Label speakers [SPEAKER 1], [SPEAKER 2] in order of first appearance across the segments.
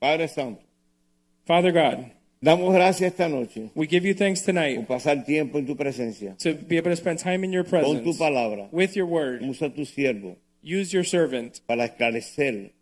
[SPEAKER 1] Padre Santo,
[SPEAKER 2] Father God,
[SPEAKER 1] damos gracias esta noche
[SPEAKER 2] we give you thanks
[SPEAKER 1] por
[SPEAKER 2] tonight
[SPEAKER 1] pasar tiempo en tu presencia,
[SPEAKER 2] to be able to spend time in your
[SPEAKER 1] con tu
[SPEAKER 2] presence
[SPEAKER 1] palabra.
[SPEAKER 2] with your word.
[SPEAKER 1] Usa tu siervo
[SPEAKER 2] Use your servant
[SPEAKER 1] para esclarecer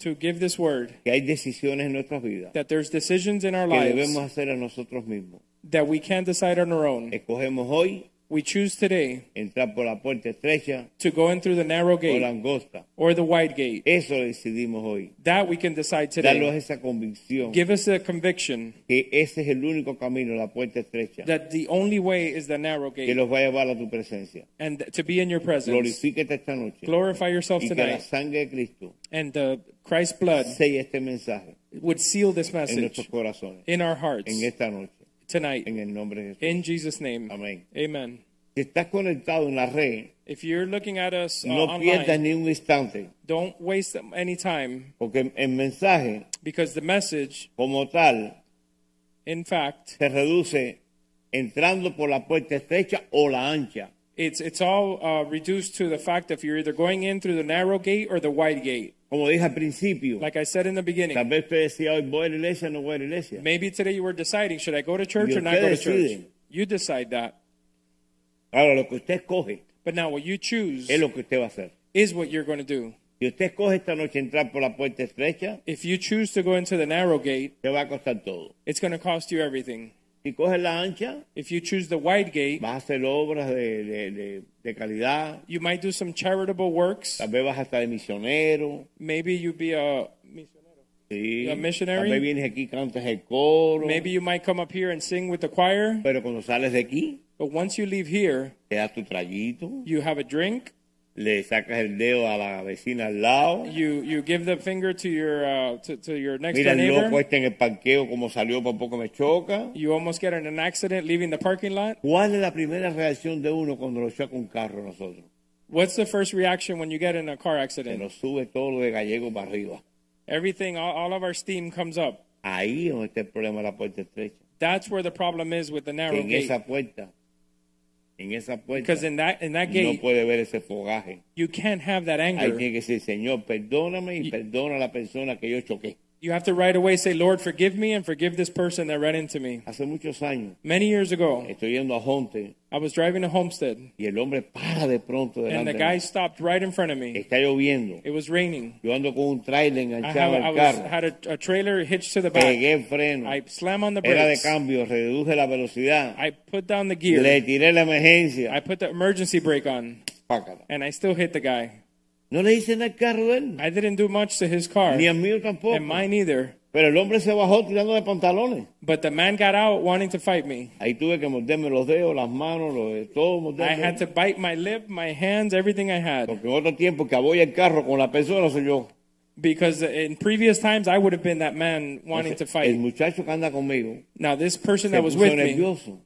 [SPEAKER 2] to give this word
[SPEAKER 1] que hay decisiones en nuestras vidas
[SPEAKER 2] that there's decisions in our
[SPEAKER 1] que
[SPEAKER 2] lives
[SPEAKER 1] debemos hacer a nosotros mismos.
[SPEAKER 2] that we can't decide on our own.
[SPEAKER 1] Escogemos hoy
[SPEAKER 2] We choose today
[SPEAKER 1] entrar por la puerta estrecha
[SPEAKER 2] to go in through the narrow
[SPEAKER 1] o la
[SPEAKER 2] gate
[SPEAKER 1] angosta.
[SPEAKER 2] or the wide gate.
[SPEAKER 1] Eso lo decidimos hoy.
[SPEAKER 2] That we can decide
[SPEAKER 1] Darnos
[SPEAKER 2] today.
[SPEAKER 1] esa convicción
[SPEAKER 2] Give us the conviction
[SPEAKER 1] que ese es el único camino, la puerta estrecha,
[SPEAKER 2] that the only way is the narrow
[SPEAKER 1] que
[SPEAKER 2] gate
[SPEAKER 1] los va a llevar a tu presencia.
[SPEAKER 2] and to be in your presence.
[SPEAKER 1] Glorifíquete esta noche
[SPEAKER 2] Glorify yourself
[SPEAKER 1] y que la
[SPEAKER 2] tonight
[SPEAKER 1] sangre de Cristo
[SPEAKER 2] and the Christ's blood
[SPEAKER 1] sella este mensaje
[SPEAKER 2] would seal this
[SPEAKER 1] en nuestros
[SPEAKER 2] message
[SPEAKER 1] corazones
[SPEAKER 2] in our hearts
[SPEAKER 1] en esta noche,
[SPEAKER 2] tonight.
[SPEAKER 1] en el nombre de Jesús.
[SPEAKER 2] In Jesus' name.
[SPEAKER 1] Amén.
[SPEAKER 2] Amen.
[SPEAKER 1] Si estás conectado en la red,
[SPEAKER 2] If you're looking at us uh,
[SPEAKER 1] no pierdas
[SPEAKER 2] online,
[SPEAKER 1] ni un instante,
[SPEAKER 2] don't waste any time
[SPEAKER 1] porque el mensaje
[SPEAKER 2] because the message,
[SPEAKER 1] como tal
[SPEAKER 2] in fact,
[SPEAKER 1] se reduce entrando por la puerta estrecha o la ancha.
[SPEAKER 2] it's it's all uh, reduced to the fact if you're either going in through the narrow gate or the wide gate.
[SPEAKER 1] Como dije al principio,
[SPEAKER 2] Like I said in the
[SPEAKER 1] tal
[SPEAKER 2] beginning,
[SPEAKER 1] vez usted decía hoy voy a la iglesia, no voy a la iglesia.
[SPEAKER 2] maybe today you were deciding should I go to church
[SPEAKER 1] Y
[SPEAKER 2] or not
[SPEAKER 1] usted
[SPEAKER 2] go to church.
[SPEAKER 1] decide.
[SPEAKER 2] You decide that.
[SPEAKER 1] Ahora lo que usted escoge
[SPEAKER 2] But now what you choose
[SPEAKER 1] es lo que usted va a hacer.
[SPEAKER 2] is what you're going to do.
[SPEAKER 1] Si usted escoge esta noche entrar por la puerta estrecha,
[SPEAKER 2] If you choose to go into the narrow gate,
[SPEAKER 1] te va a costar todo.
[SPEAKER 2] it's going to cost you everything.
[SPEAKER 1] Si coges la ancha,
[SPEAKER 2] If you choose the wide gate,
[SPEAKER 1] vas a hacer obras de, de- de- de calidad,
[SPEAKER 2] you might do some charitable works.
[SPEAKER 1] tal vez vas a estar de misionero,
[SPEAKER 2] Maybe you be a
[SPEAKER 1] sí.
[SPEAKER 2] A missionary.
[SPEAKER 1] tal vez vienes aquí, cantas el coro,
[SPEAKER 2] maybe you might come up here and sing with the choir.
[SPEAKER 1] pero cuando sales de aquí,
[SPEAKER 2] But once you leave here,
[SPEAKER 1] te das tu traguito,
[SPEAKER 2] you have a drink,
[SPEAKER 1] le sacas el dedo a la vecina al lado,
[SPEAKER 2] you you give the finger to your uh, to, to your next
[SPEAKER 1] mira
[SPEAKER 2] door
[SPEAKER 1] el loco
[SPEAKER 2] neighbor.
[SPEAKER 1] este en el parqueo como salió, por poco me choca.
[SPEAKER 2] You almost get in an accident leaving the parking lot.
[SPEAKER 1] ¿Cuál es la primera reacción de uno cuando lo choca un carro a nosotros?
[SPEAKER 2] What's the first reaction when you get in a car
[SPEAKER 1] Se
[SPEAKER 2] accident?
[SPEAKER 1] nos sube todo lo de gallego para arriba.
[SPEAKER 2] Everything, all, all of our steam comes up.
[SPEAKER 1] Ahí es donde está el problema de la puerta estrecha.
[SPEAKER 2] That's where the problem is with the narrow
[SPEAKER 1] En
[SPEAKER 2] gate.
[SPEAKER 1] esa puerta, en esa puerta,
[SPEAKER 2] Ah, Because in that in that
[SPEAKER 1] no
[SPEAKER 2] gate,
[SPEAKER 1] puede ver ese fogaje.
[SPEAKER 2] you can't have that
[SPEAKER 1] Ahí
[SPEAKER 2] anger.
[SPEAKER 1] tiene que decir, Señor, perdóname y perdona a la persona que yo choqué.
[SPEAKER 2] You have to right away say, Lord, forgive me and forgive this person that ran into me.
[SPEAKER 1] Hace muchos años
[SPEAKER 2] Many years ago,
[SPEAKER 1] estoy yendo a Honte
[SPEAKER 2] I was driving to Homestead,
[SPEAKER 1] y el hombre para de pronto
[SPEAKER 2] and
[SPEAKER 1] delante
[SPEAKER 2] the
[SPEAKER 1] de
[SPEAKER 2] guy
[SPEAKER 1] mí.
[SPEAKER 2] stopped right in front of me.
[SPEAKER 1] Está lloviendo.
[SPEAKER 2] It was raining.
[SPEAKER 1] Yo ando con un trailer
[SPEAKER 2] I,
[SPEAKER 1] enganchado
[SPEAKER 2] have, I
[SPEAKER 1] al
[SPEAKER 2] was,
[SPEAKER 1] carro.
[SPEAKER 2] had a, a trailer hitched to the
[SPEAKER 1] Pegué
[SPEAKER 2] back.
[SPEAKER 1] el freno.
[SPEAKER 2] I slam on the
[SPEAKER 1] Era de
[SPEAKER 2] brakes.
[SPEAKER 1] cambio. Reduje la velocidad.
[SPEAKER 2] I put down the
[SPEAKER 1] Le
[SPEAKER 2] gear.
[SPEAKER 1] tiré la
[SPEAKER 2] I
[SPEAKER 1] emergencia.
[SPEAKER 2] put the emergency brake on,
[SPEAKER 1] Pácala.
[SPEAKER 2] and I still hit the guy.
[SPEAKER 1] No le hice nada al carro de él.
[SPEAKER 2] I didn't do much to his car,
[SPEAKER 1] Ni al mío tampoco.
[SPEAKER 2] and mine either.
[SPEAKER 1] Pero el hombre se bajó tirando de pantalones.
[SPEAKER 2] But the man got out wanting to fight me.
[SPEAKER 1] Ahí tuve que morderme los dedos, las manos, los, todo morderme.
[SPEAKER 2] I had to bite my lip, my hands, everything I had.
[SPEAKER 1] Porque en otro tiempo que voy al carro con la persona soy yo.
[SPEAKER 2] Because in previous times, I would have been that man wanting to
[SPEAKER 1] El
[SPEAKER 2] fight.
[SPEAKER 1] muchacho que anda conmigo
[SPEAKER 2] Now, this person
[SPEAKER 1] se
[SPEAKER 2] that was
[SPEAKER 1] puso
[SPEAKER 2] with me,
[SPEAKER 1] nervioso.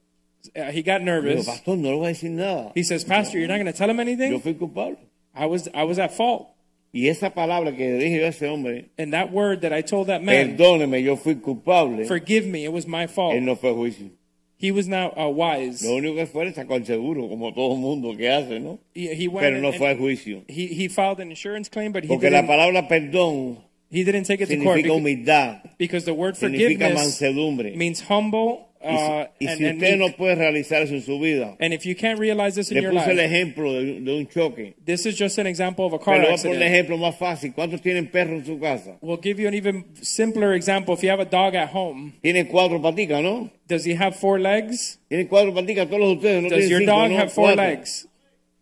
[SPEAKER 2] uh, he got
[SPEAKER 1] Pero
[SPEAKER 2] nervous.
[SPEAKER 1] pastor, no le voy a decir nada.
[SPEAKER 2] He says, Pastor, you're not going to tell him
[SPEAKER 1] Yo
[SPEAKER 2] anything?
[SPEAKER 1] fui culpable.
[SPEAKER 2] I was, I was at fault.
[SPEAKER 1] Y esa palabra que le dije yo a ese hombre,
[SPEAKER 2] And that word that I told that man,
[SPEAKER 1] perdóneme, yo fui culpable.
[SPEAKER 2] forgive me, it was my fault.
[SPEAKER 1] Él no fue a juicio.
[SPEAKER 2] He was not uh, wise.
[SPEAKER 1] Lo único que fue le sacó el seguro, como todo mundo que hace, ¿no?
[SPEAKER 2] He, he went
[SPEAKER 1] Pero
[SPEAKER 2] and-
[SPEAKER 1] no
[SPEAKER 2] and
[SPEAKER 1] fue a juicio.
[SPEAKER 2] he, he filed an insurance claim, but he
[SPEAKER 1] Porque la
[SPEAKER 2] eh, didn't,
[SPEAKER 1] palabra perdón
[SPEAKER 2] he didn't take it to court
[SPEAKER 1] significa
[SPEAKER 2] because,
[SPEAKER 1] humildad,
[SPEAKER 2] because the word
[SPEAKER 1] significa
[SPEAKER 2] forgiveness
[SPEAKER 1] mansedumbre.
[SPEAKER 2] means humble.
[SPEAKER 1] Y si-
[SPEAKER 2] Uh,
[SPEAKER 1] y
[SPEAKER 2] and,
[SPEAKER 1] si
[SPEAKER 2] and
[SPEAKER 1] usted
[SPEAKER 2] meek.
[SPEAKER 1] no puede realizar eso en su vida,
[SPEAKER 2] And if you can't realize this in
[SPEAKER 1] le
[SPEAKER 2] your
[SPEAKER 1] puse el
[SPEAKER 2] life,
[SPEAKER 1] ejemplo de, de un choque.
[SPEAKER 2] this is just an example of a car
[SPEAKER 1] Pero voy a poner el
[SPEAKER 2] accident.
[SPEAKER 1] ejemplo más fácil. ¿Cuántos tienen perros en su casa?
[SPEAKER 2] We'll give you an even simpler example. If you have a dog at home,
[SPEAKER 1] Tienen cuatro paticas, ¿no?
[SPEAKER 2] does he have four legs?
[SPEAKER 1] Tienen cuatro paticas todos los ustedes. No
[SPEAKER 2] Does
[SPEAKER 1] tienen
[SPEAKER 2] your
[SPEAKER 1] cinco,
[SPEAKER 2] dog
[SPEAKER 1] ¿no?
[SPEAKER 2] have four
[SPEAKER 1] Cuatro.
[SPEAKER 2] legs?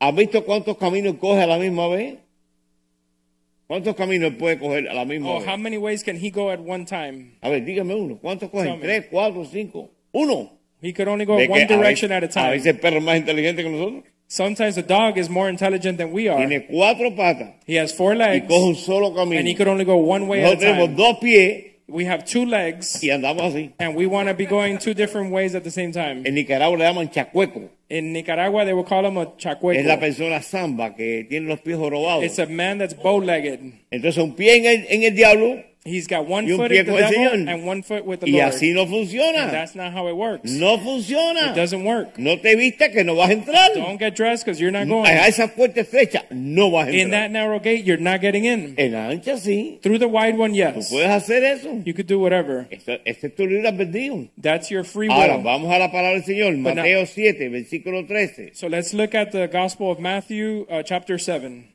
[SPEAKER 1] ¿Has visto cuántos caminos coge a la misma vez? ¿Cuántos caminos él puede coger a la misma
[SPEAKER 2] Oh,
[SPEAKER 1] vez?
[SPEAKER 2] how many ways can he go at one time?
[SPEAKER 1] A ver, dígame uno. ¿Cuántos
[SPEAKER 2] Tell
[SPEAKER 1] cogen?
[SPEAKER 2] me.
[SPEAKER 1] ¿Tres, cuatro, cinco? ¿Uno?
[SPEAKER 2] He could only go
[SPEAKER 1] Ve que
[SPEAKER 2] one
[SPEAKER 1] a
[SPEAKER 2] direction at a
[SPEAKER 1] veces- a
[SPEAKER 2] time.
[SPEAKER 1] veces el perro es más inteligente que nosotros.
[SPEAKER 2] Sometimes a dog is more intelligent than we are.
[SPEAKER 1] Tiene cuatro patas
[SPEAKER 2] He has four
[SPEAKER 1] y
[SPEAKER 2] legs,
[SPEAKER 1] coge un solo
[SPEAKER 2] and he
[SPEAKER 1] camino.
[SPEAKER 2] could only go one way
[SPEAKER 1] Nosotros
[SPEAKER 2] at a
[SPEAKER 1] tenemos
[SPEAKER 2] time.
[SPEAKER 1] dos pies
[SPEAKER 2] We have two legs,
[SPEAKER 1] y andamos así.
[SPEAKER 2] and we want to be going two different ways at the same time.
[SPEAKER 1] En Nicaragua le llaman chacueco.
[SPEAKER 2] In Nicaragua, they will call him a
[SPEAKER 1] Es la
[SPEAKER 2] chacueco.
[SPEAKER 1] persona samba que tiene los pies jorobados.
[SPEAKER 2] It's a man that's bow-legged.
[SPEAKER 1] Entonces un pie en el, en el diablo
[SPEAKER 2] He's got one
[SPEAKER 1] Y un
[SPEAKER 2] foot
[SPEAKER 1] pie
[SPEAKER 2] with the
[SPEAKER 1] con el
[SPEAKER 2] devil
[SPEAKER 1] Señor.
[SPEAKER 2] and one foot with the
[SPEAKER 1] Y
[SPEAKER 2] Lord.
[SPEAKER 1] así no funciona.
[SPEAKER 2] That's not how it works.
[SPEAKER 1] No funciona.
[SPEAKER 2] It doesn't work.
[SPEAKER 1] No te vistas que no vas a entrar.
[SPEAKER 2] Don't get dressed because you're not
[SPEAKER 1] A
[SPEAKER 2] going.
[SPEAKER 1] esa puerta estrecha no vas a
[SPEAKER 2] In
[SPEAKER 1] entrar.
[SPEAKER 2] that narrow gate, you're not getting in.
[SPEAKER 1] En la ancha sí.
[SPEAKER 2] Through the wide one,
[SPEAKER 1] Tú
[SPEAKER 2] yes.
[SPEAKER 1] puedes hacer eso.
[SPEAKER 2] You could do whatever.
[SPEAKER 1] Esto- Este es tu libre albedrío.
[SPEAKER 2] That's your free
[SPEAKER 1] Ahora
[SPEAKER 2] will.
[SPEAKER 1] vamos a la palabra del Señor.
[SPEAKER 2] But now-
[SPEAKER 1] Mateo 7, versículo 13.
[SPEAKER 2] So let's look at the Gospel of Matthew, uh, chapter 7.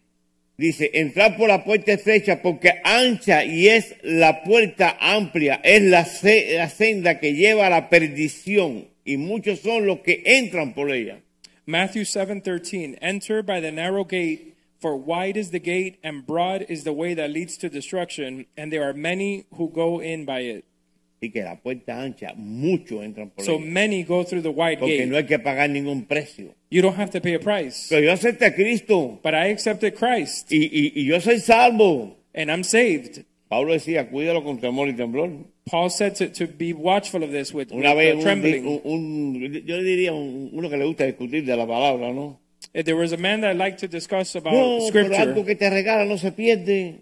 [SPEAKER 1] Dice, entrar por la puerta estrecha porque ancha y es la puerta amplia, es la, se- la senda que lleva a la perdición y muchos son los que entran por ella.
[SPEAKER 2] Matthew 7:13 Enter by the narrow gate for wide is the gate and broad is the way that leads to destruction and there are many who go in by it.
[SPEAKER 1] Así que la puerta ancha, muchos entran por
[SPEAKER 2] So
[SPEAKER 1] ella.
[SPEAKER 2] many go through the wide
[SPEAKER 1] Porque
[SPEAKER 2] gate.
[SPEAKER 1] no hay que pagar ningún precio.
[SPEAKER 2] You don't have to pay a price.
[SPEAKER 1] Pero yo acepté a Cristo
[SPEAKER 2] But I accepted Christ
[SPEAKER 1] y, y- y yo soy salvo.
[SPEAKER 2] and I'm saved.
[SPEAKER 1] Pablo decía, cuídalo con temor y temblor.
[SPEAKER 2] Paul said to, to be watchful of this with, with,
[SPEAKER 1] Una
[SPEAKER 2] uh,
[SPEAKER 1] vez, un,
[SPEAKER 2] trembling.
[SPEAKER 1] un- un- yo le diría un- uno que le gusta discutir de la palabra, ¿no?
[SPEAKER 2] Uh, There was a man that liked to discuss about
[SPEAKER 1] No, pero
[SPEAKER 2] scripture. uh,
[SPEAKER 1] algo que te regala no se pierde.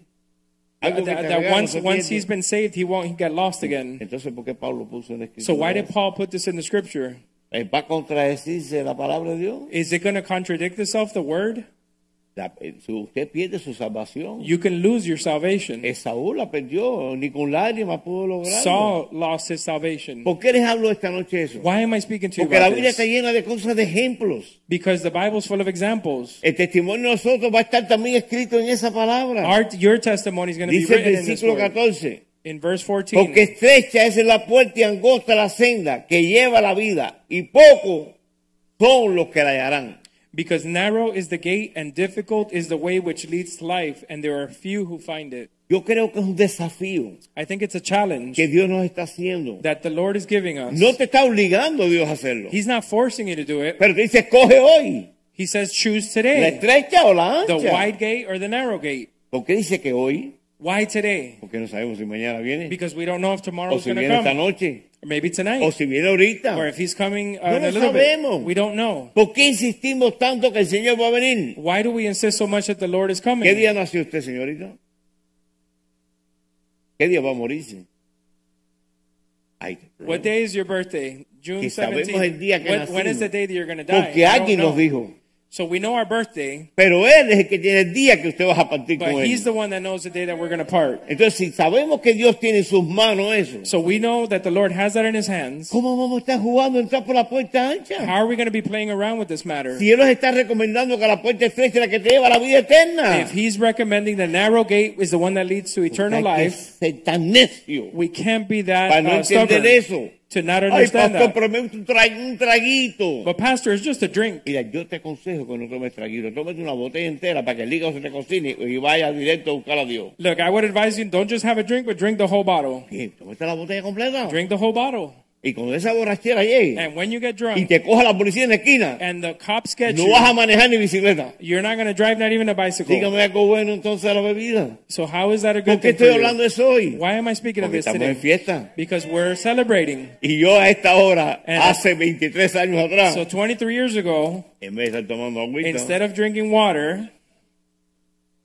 [SPEAKER 1] Algo
[SPEAKER 2] that,
[SPEAKER 1] que te
[SPEAKER 2] that
[SPEAKER 1] regala
[SPEAKER 2] once
[SPEAKER 1] no se
[SPEAKER 2] once
[SPEAKER 1] pierde.
[SPEAKER 2] he's been saved, he won't get lost again.
[SPEAKER 1] Entonces, ¿por qué Pablo puso en escritura?
[SPEAKER 2] So why did Paul put this in the scripture?
[SPEAKER 1] Eh, ¿Va a contradecirse la palabra de Dios?
[SPEAKER 2] Is it going to contradict itself, the word?
[SPEAKER 1] La- eh, si usted pierde su salvación.
[SPEAKER 2] You can lose your salvation.
[SPEAKER 1] Esaú la perdió, ni con lágrimas pudo lograrlo.
[SPEAKER 2] Saul lost his salvation.
[SPEAKER 1] ¿Por qué les hablo esta noche eso?
[SPEAKER 2] Why am I speaking to you
[SPEAKER 1] Porque la
[SPEAKER 2] about
[SPEAKER 1] Biblia está
[SPEAKER 2] this?
[SPEAKER 1] llena de cosas, de ejemplos.
[SPEAKER 2] Because the Bible's full of examples.
[SPEAKER 1] El testimonio de nosotros va a estar también escrito en esa palabra.
[SPEAKER 2] Our, your testimony is going to be
[SPEAKER 1] Dice el
[SPEAKER 2] written in this
[SPEAKER 1] versículo
[SPEAKER 2] word.
[SPEAKER 1] 14.
[SPEAKER 2] In verse 14,
[SPEAKER 1] Porque estrecha es la puerta y angosta la senda que lleva a la vida, y pocos son los que la hallarán.
[SPEAKER 2] because narrow is the gate and difficult is the way which leads to life, and there are few who find it.
[SPEAKER 1] Yo creo que es un desafío
[SPEAKER 2] I think it's a challenge
[SPEAKER 1] que Dios nos está haciendo.
[SPEAKER 2] that the Lord is giving us.
[SPEAKER 1] No te está obligando Dios a hacerlo.
[SPEAKER 2] He's not forcing you to do it.
[SPEAKER 1] Pero te dice, coge hoy
[SPEAKER 2] He says, choose
[SPEAKER 1] la
[SPEAKER 2] today
[SPEAKER 1] estrecha o la
[SPEAKER 2] the
[SPEAKER 1] ancha.
[SPEAKER 2] wide gate or the narrow gate.
[SPEAKER 1] ¿Por qué dice que hoy?
[SPEAKER 2] Why today?
[SPEAKER 1] Porque no sabemos si mañana viene,
[SPEAKER 2] Because we don't know if
[SPEAKER 1] o
[SPEAKER 2] tomorrow's
[SPEAKER 1] si
[SPEAKER 2] going to
[SPEAKER 1] viene
[SPEAKER 2] come.
[SPEAKER 1] esta noche,
[SPEAKER 2] Or maybe tonight.
[SPEAKER 1] o si viene
[SPEAKER 2] or
[SPEAKER 1] ahorita.
[SPEAKER 2] if he's coming uh,
[SPEAKER 1] No
[SPEAKER 2] in a
[SPEAKER 1] lo
[SPEAKER 2] little
[SPEAKER 1] sabemos.
[SPEAKER 2] bit. We don't know.
[SPEAKER 1] ¿Por qué insistimos tanto que el Señor va a venir?
[SPEAKER 2] Why do we insist so much that the Lord is coming?
[SPEAKER 1] ¿Qué día nació usted, señorita? ¿Qué día va a morirse? Ay, qué problema.
[SPEAKER 2] What day is your birthday? June
[SPEAKER 1] Que sabemos
[SPEAKER 2] 17th.
[SPEAKER 1] el día que
[SPEAKER 2] When- when
[SPEAKER 1] nacimos.
[SPEAKER 2] is the day that you're going to die?
[SPEAKER 1] Porque
[SPEAKER 2] I don't
[SPEAKER 1] alguien
[SPEAKER 2] know.
[SPEAKER 1] nos dijo,
[SPEAKER 2] So we know our birthday,
[SPEAKER 1] pero Él es el que tiene el día que usted va a partir
[SPEAKER 2] but
[SPEAKER 1] con Él.
[SPEAKER 2] he's the one that knows the day that we're going to part.
[SPEAKER 1] Entonces, si sabemos que Dios tiene en sus manos eso,
[SPEAKER 2] So we know that the Lord has that in his hands.
[SPEAKER 1] ¿cómo vamos a estar jugando a entrar por la puerta ancha?
[SPEAKER 2] How are we going to be playing around with this matter?
[SPEAKER 1] Si Él nos está recomendando que la puerta estrecha es la que te lleva a la vida eterna.
[SPEAKER 2] If he's recommending the narrow gate is the one that leads to eternal
[SPEAKER 1] Hay que
[SPEAKER 2] life,
[SPEAKER 1] ser tan necio
[SPEAKER 2] we can't be that
[SPEAKER 1] para no
[SPEAKER 2] uh,
[SPEAKER 1] entender
[SPEAKER 2] stubborn
[SPEAKER 1] eso.
[SPEAKER 2] to not
[SPEAKER 1] Ay,
[SPEAKER 2] understand
[SPEAKER 1] pastor,
[SPEAKER 2] that.
[SPEAKER 1] pero me gusta un, tra- un traguito.
[SPEAKER 2] But pastor, it's just a drink.
[SPEAKER 1] Mira, yo te aconsejo que no tomes traguito. Tómate una botella entera para que el hígado se te cocine y vaya directo a buscar a Dios.
[SPEAKER 2] Look, I would advise you don't just have a drink, but drink the whole bottle.
[SPEAKER 1] Bien, tómate la botella completa.
[SPEAKER 2] Drink the whole bottle.
[SPEAKER 1] Y cuando esa borrachera llegue
[SPEAKER 2] And when you
[SPEAKER 1] y
[SPEAKER 2] get drunk
[SPEAKER 1] te coja la policía en la esquina,
[SPEAKER 2] and the cops get
[SPEAKER 1] no
[SPEAKER 2] you,
[SPEAKER 1] vas a manejar ni bicicleta.
[SPEAKER 2] you're not going to drive not even a bicycle.
[SPEAKER 1] Dígame algo bueno entonces de la bebida.
[SPEAKER 2] So how is that a
[SPEAKER 1] ¿Por
[SPEAKER 2] good
[SPEAKER 1] qué
[SPEAKER 2] thing for
[SPEAKER 1] estoy
[SPEAKER 2] you?
[SPEAKER 1] hablando de eso hoy?
[SPEAKER 2] Why am I speaking of
[SPEAKER 1] Porque
[SPEAKER 2] this
[SPEAKER 1] estamos en
[SPEAKER 2] today?
[SPEAKER 1] fiesta.
[SPEAKER 2] Because we're celebrating.
[SPEAKER 1] Y yo a esta hora,
[SPEAKER 2] And-
[SPEAKER 1] hace 23 años atrás,
[SPEAKER 2] So 23 years ago,
[SPEAKER 1] en vez de estar tomando agüita,
[SPEAKER 2] instead of drinking water,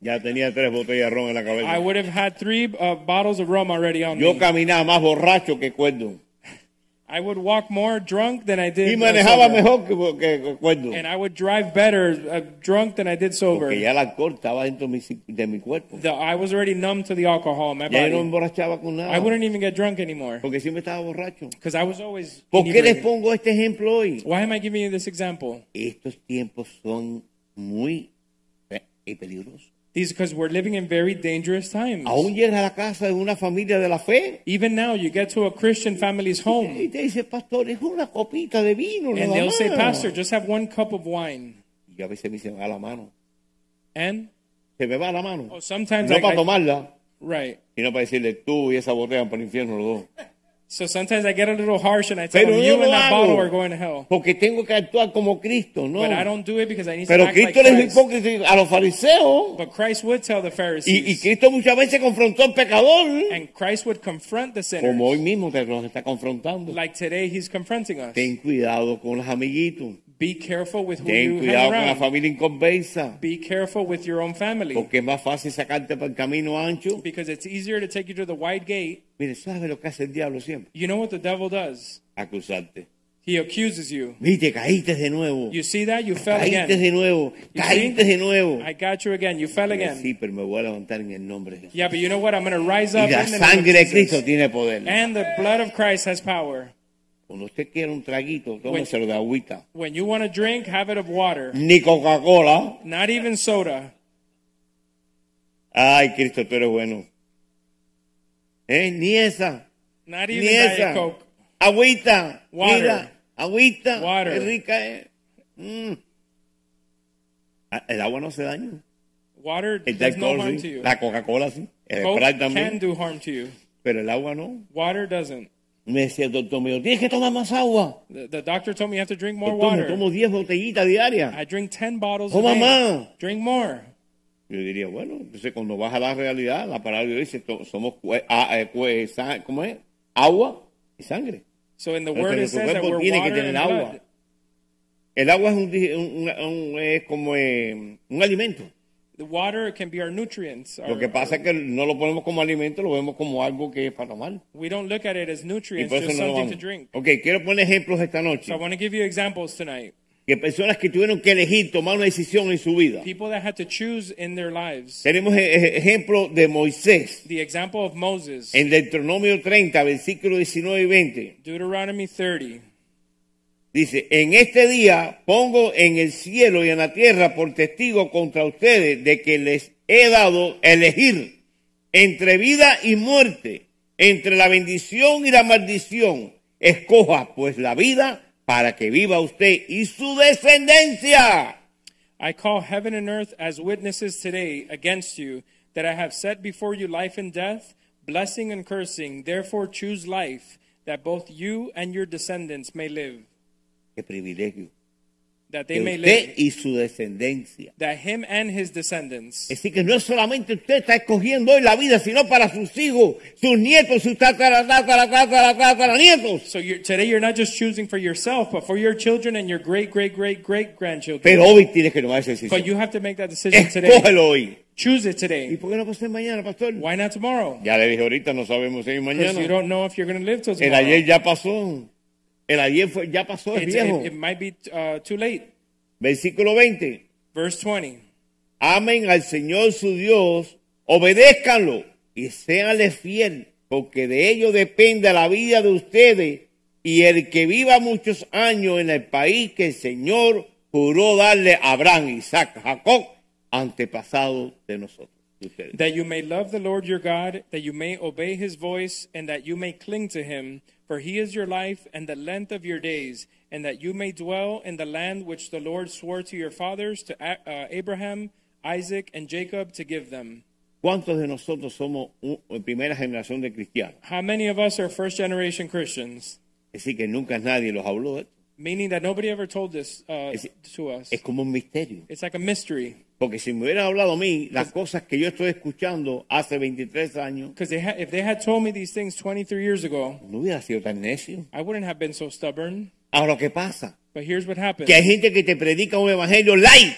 [SPEAKER 1] ya tenía tres botellas de ron en la cabeza.
[SPEAKER 2] I would have had three uh, bottles of rum already on
[SPEAKER 1] Yo
[SPEAKER 2] me.
[SPEAKER 1] caminaba más borracho que cuerdo.
[SPEAKER 2] I would walk more drunk than I
[SPEAKER 1] Y
[SPEAKER 2] did. uh,
[SPEAKER 1] manejaba
[SPEAKER 2] sober.
[SPEAKER 1] mejor que, que- que cuerdo.
[SPEAKER 2] And I would drive better uh, drunk than I did sober.
[SPEAKER 1] Porque ya el alcohol estaba dentro de mi, ci- de mi cuerpo.
[SPEAKER 2] The- I was already numb to the alcohol in my
[SPEAKER 1] Ya yo no me
[SPEAKER 2] body.
[SPEAKER 1] emborrachaba con
[SPEAKER 2] I
[SPEAKER 1] nada.
[SPEAKER 2] wouldn't even get drunk anymore
[SPEAKER 1] Porque siempre estaba borracho.
[SPEAKER 2] because I was always.
[SPEAKER 1] ¿Por qué les
[SPEAKER 2] inebriated.
[SPEAKER 1] pongo este ejemplo hoy?
[SPEAKER 2] Why am I giving you this example?
[SPEAKER 1] Estos tiempos son muy eh, y peligrosos.
[SPEAKER 2] These because we're living in very dangerous times.
[SPEAKER 1] Aún llegas a la casa de una familia de la fe
[SPEAKER 2] Even now, you get to a Christian family's
[SPEAKER 1] y
[SPEAKER 2] home,
[SPEAKER 1] te dice, pastor, es una copita de vino.
[SPEAKER 2] Mm. and
[SPEAKER 1] nada
[SPEAKER 2] they'll say,
[SPEAKER 1] más".
[SPEAKER 2] "Pastor, just have one cup of wine."
[SPEAKER 1] Y a veces me dice, va la mano.
[SPEAKER 2] And
[SPEAKER 1] Se me va la mano.
[SPEAKER 2] oh, sometimes
[SPEAKER 1] no
[SPEAKER 2] I,
[SPEAKER 1] para
[SPEAKER 2] I,
[SPEAKER 1] tomarla,
[SPEAKER 2] right.
[SPEAKER 1] sino para decirle, tú y esa botella van para el infierno los dos.
[SPEAKER 2] So sometimes I get a little harsh, and I tell
[SPEAKER 1] Pero
[SPEAKER 2] them,
[SPEAKER 1] yo
[SPEAKER 2] "You
[SPEAKER 1] lo
[SPEAKER 2] and that
[SPEAKER 1] hago.
[SPEAKER 2] bottle are going to hell."
[SPEAKER 1] Porque tengo que actuar como Cristo, ¿no?
[SPEAKER 2] But I don't do it because I need to
[SPEAKER 1] Pero
[SPEAKER 2] act like
[SPEAKER 1] Cristo les
[SPEAKER 2] Christ.
[SPEAKER 1] hipócrita a los fariseos.
[SPEAKER 2] But Christ would tell
[SPEAKER 1] Y,
[SPEAKER 2] the
[SPEAKER 1] y
[SPEAKER 2] Pharisees,
[SPEAKER 1] Cristo muchas veces confrontó al pecador.
[SPEAKER 2] and Christ would confront the
[SPEAKER 1] Como hoy
[SPEAKER 2] sinners,
[SPEAKER 1] mismo te los está confrontando.
[SPEAKER 2] like today He's confronting us.
[SPEAKER 1] Ten cuidado con los amiguitos.
[SPEAKER 2] Be careful with who
[SPEAKER 1] Ten
[SPEAKER 2] you hang
[SPEAKER 1] cuidado con la
[SPEAKER 2] around.
[SPEAKER 1] familia inconversa,
[SPEAKER 2] Be careful with your own family
[SPEAKER 1] porque es más fácil sacarte para el camino ancho.
[SPEAKER 2] because it's easier to take you to the wide gate.
[SPEAKER 1] Mire, ¿sabe lo que hace el diablo siempre?
[SPEAKER 2] You know what the devil does?
[SPEAKER 1] Acusarte.
[SPEAKER 2] He accuses you.
[SPEAKER 1] Mire, caíste de nuevo.
[SPEAKER 2] You see that? You fell
[SPEAKER 1] Caíste
[SPEAKER 2] again.
[SPEAKER 1] de nuevo.
[SPEAKER 2] You
[SPEAKER 1] Caíste
[SPEAKER 2] see?
[SPEAKER 1] de nuevo.
[SPEAKER 2] I got you again. You fell again.
[SPEAKER 1] Sí, pero me voy a levantar en el nombre de Jesús.
[SPEAKER 2] Yeah, but you know what? I'm going to rise
[SPEAKER 1] Y
[SPEAKER 2] up.
[SPEAKER 1] la
[SPEAKER 2] in the name of
[SPEAKER 1] sangre de Cristo
[SPEAKER 2] Jesus. Eh.
[SPEAKER 1] tiene poder.
[SPEAKER 2] And the blood of Christ has power.
[SPEAKER 1] Cuando usted quiera un traguito, tómeselo de agüita.
[SPEAKER 2] When you want to drink, have it of water,
[SPEAKER 1] Ni Coca-Cola.
[SPEAKER 2] not even soda.
[SPEAKER 1] Ay, Cristo, tú eres bueno. ¿Eh? Ni esa.
[SPEAKER 2] Not
[SPEAKER 1] Ni
[SPEAKER 2] even Diet
[SPEAKER 1] esa.
[SPEAKER 2] Coke.
[SPEAKER 1] Agüita.
[SPEAKER 2] Water.
[SPEAKER 1] Mira, agüita.
[SPEAKER 2] Water.
[SPEAKER 1] Qué rica es. Mm. Ah, El agua no se daña.
[SPEAKER 2] Water
[SPEAKER 1] El
[SPEAKER 2] does
[SPEAKER 1] Jack
[SPEAKER 2] no
[SPEAKER 1] Daniels
[SPEAKER 2] harm
[SPEAKER 1] sí.
[SPEAKER 2] to you.
[SPEAKER 1] La Coca-Cola sí. El
[SPEAKER 2] Coke
[SPEAKER 1] Sprite
[SPEAKER 2] can
[SPEAKER 1] también.
[SPEAKER 2] do harm to you.
[SPEAKER 1] Pero el agua no.
[SPEAKER 2] Water doesn't.
[SPEAKER 1] Me decía el doctor mío, tienes que tomar más agua.
[SPEAKER 2] The, the doctor told me you have to drink more
[SPEAKER 1] Doctor, me
[SPEAKER 2] water.
[SPEAKER 1] tomo Oh, 10 botellitas diarias.
[SPEAKER 2] I drink 10 bottles
[SPEAKER 1] Toma
[SPEAKER 2] a day.
[SPEAKER 1] más.
[SPEAKER 2] Drink more.
[SPEAKER 1] Yo diría, bueno, entonces cuando vas a la realidad, la palabra de Dios dice, to- somos cue- a- eh, cue- sa- ¿cómo es? agua y sangre.
[SPEAKER 2] So in the
[SPEAKER 1] Pero
[SPEAKER 2] word
[SPEAKER 1] tu
[SPEAKER 2] it says that
[SPEAKER 1] cuerpo
[SPEAKER 2] we're
[SPEAKER 1] tiene que
[SPEAKER 2] water
[SPEAKER 1] tener
[SPEAKER 2] and
[SPEAKER 1] agua.
[SPEAKER 2] blood.
[SPEAKER 1] El agua es, un, di- un- un- un- es como eh, un alimento.
[SPEAKER 2] The water can be our nutrients.
[SPEAKER 1] Lo
[SPEAKER 2] our-
[SPEAKER 1] que pasa es
[SPEAKER 2] our-
[SPEAKER 1] que no lo ponemos como alimento, lo vemos como algo que es para tomar.
[SPEAKER 2] we don't look at it as
[SPEAKER 1] Y
[SPEAKER 2] nutrients,
[SPEAKER 1] por eso
[SPEAKER 2] just
[SPEAKER 1] no lo
[SPEAKER 2] something to
[SPEAKER 1] vamos.
[SPEAKER 2] drink.
[SPEAKER 1] Ok, quiero poner ejemplos esta noche.
[SPEAKER 2] So I want to give you examples tonight.
[SPEAKER 1] Que personas que tuvieron que elegir tomar una decisión en su vida.
[SPEAKER 2] People that had to choose in their lives.
[SPEAKER 1] Tenemos e- e- ejemplo de Moisés
[SPEAKER 2] The example of Moses,
[SPEAKER 1] en Deuteronomio 30, versículo 19 y 20.
[SPEAKER 2] Deuteronomy 30.
[SPEAKER 1] Dice, en este día pongo en el cielo y en la tierra por testigo contra ustedes de que les he dado elegir entre vida y muerte, entre la bendición y la maldición. Escoja pues la vida para que viva usted y su descendencia.
[SPEAKER 2] I call heaven and earth as witnesses today against you that I have set before you life and death, blessing and cursing. Therefore, choose life, that both you and your descendants may live,
[SPEAKER 1] Qué privilegio.
[SPEAKER 2] that they
[SPEAKER 1] Que
[SPEAKER 2] may
[SPEAKER 1] usted
[SPEAKER 2] live,
[SPEAKER 1] y su descendencia.
[SPEAKER 2] that him and his descendants.
[SPEAKER 1] Así que no es solamente usted está escogiendo hoy la vida, sino para sus hijos, sus nietos, sus tatara, tatara, tatara, tatara, nietos.
[SPEAKER 2] So you're, today, you're not just choosing for yourself, but for your children and your great, great, great, great grandchildren.
[SPEAKER 1] Pero hoy tienes que tomar esa decisión.
[SPEAKER 2] But you have to make that decision today.
[SPEAKER 1] Escógelo hoy.
[SPEAKER 2] Choose it
[SPEAKER 1] ¿Y
[SPEAKER 2] today.
[SPEAKER 1] por qué no puede ser mañana, pastor?
[SPEAKER 2] Why not tomorrow?
[SPEAKER 1] Ya le dije ahorita, no sabemos si es
[SPEAKER 2] Because you
[SPEAKER 1] mañana.
[SPEAKER 2] don't know if you're going to live till
[SPEAKER 1] El
[SPEAKER 2] tomorrow.
[SPEAKER 1] ayer ya pasó. El ayer fue, ya pasó, es
[SPEAKER 2] It's-
[SPEAKER 1] viejo.
[SPEAKER 2] it, it might be uh, too late.
[SPEAKER 1] Versículo 20.
[SPEAKER 2] Verse 20.
[SPEAKER 1] Amen al Señor su Dios, obedézcanlo y séanle fiel, porque de ello depende la vida de ustedes y el que viva muchos años en el país que el Señor juró darle a Abraham, Isaac, Jacob, antepasado de nosotros. de ustedes.
[SPEAKER 2] That you may love the Lord your God, that you may obey his voice, and that you may cling to him, for he is your life and the length of your days, and that you may dwell in the land which the Lord swore to your fathers, to A- uh, Abraham, Isaac, and Jacob, to give them.
[SPEAKER 1] ¿Cuántos de nosotros somos u- primera generación de cristianos?
[SPEAKER 2] How many of us are first generation Christians?
[SPEAKER 1] Es decir, que nunca nadie los habló de esto.
[SPEAKER 2] Meaning that nobody ever told this uh,
[SPEAKER 1] Is it-
[SPEAKER 2] to us.
[SPEAKER 1] Es como un misterio.
[SPEAKER 2] It's like a mystery.
[SPEAKER 1] Porque si me hubieran hablado a mí las cosas que yo estoy escuchando hace 23 años,
[SPEAKER 2] Because they ha- if they had told me these things 23 years ago,
[SPEAKER 1] no hubiera sido tan necio.
[SPEAKER 2] I wouldn't have been so stubborn.
[SPEAKER 1] Ahora, ¿qué pasa?
[SPEAKER 2] But here's what happened.
[SPEAKER 1] Que hay gente que te predica un evangelio light.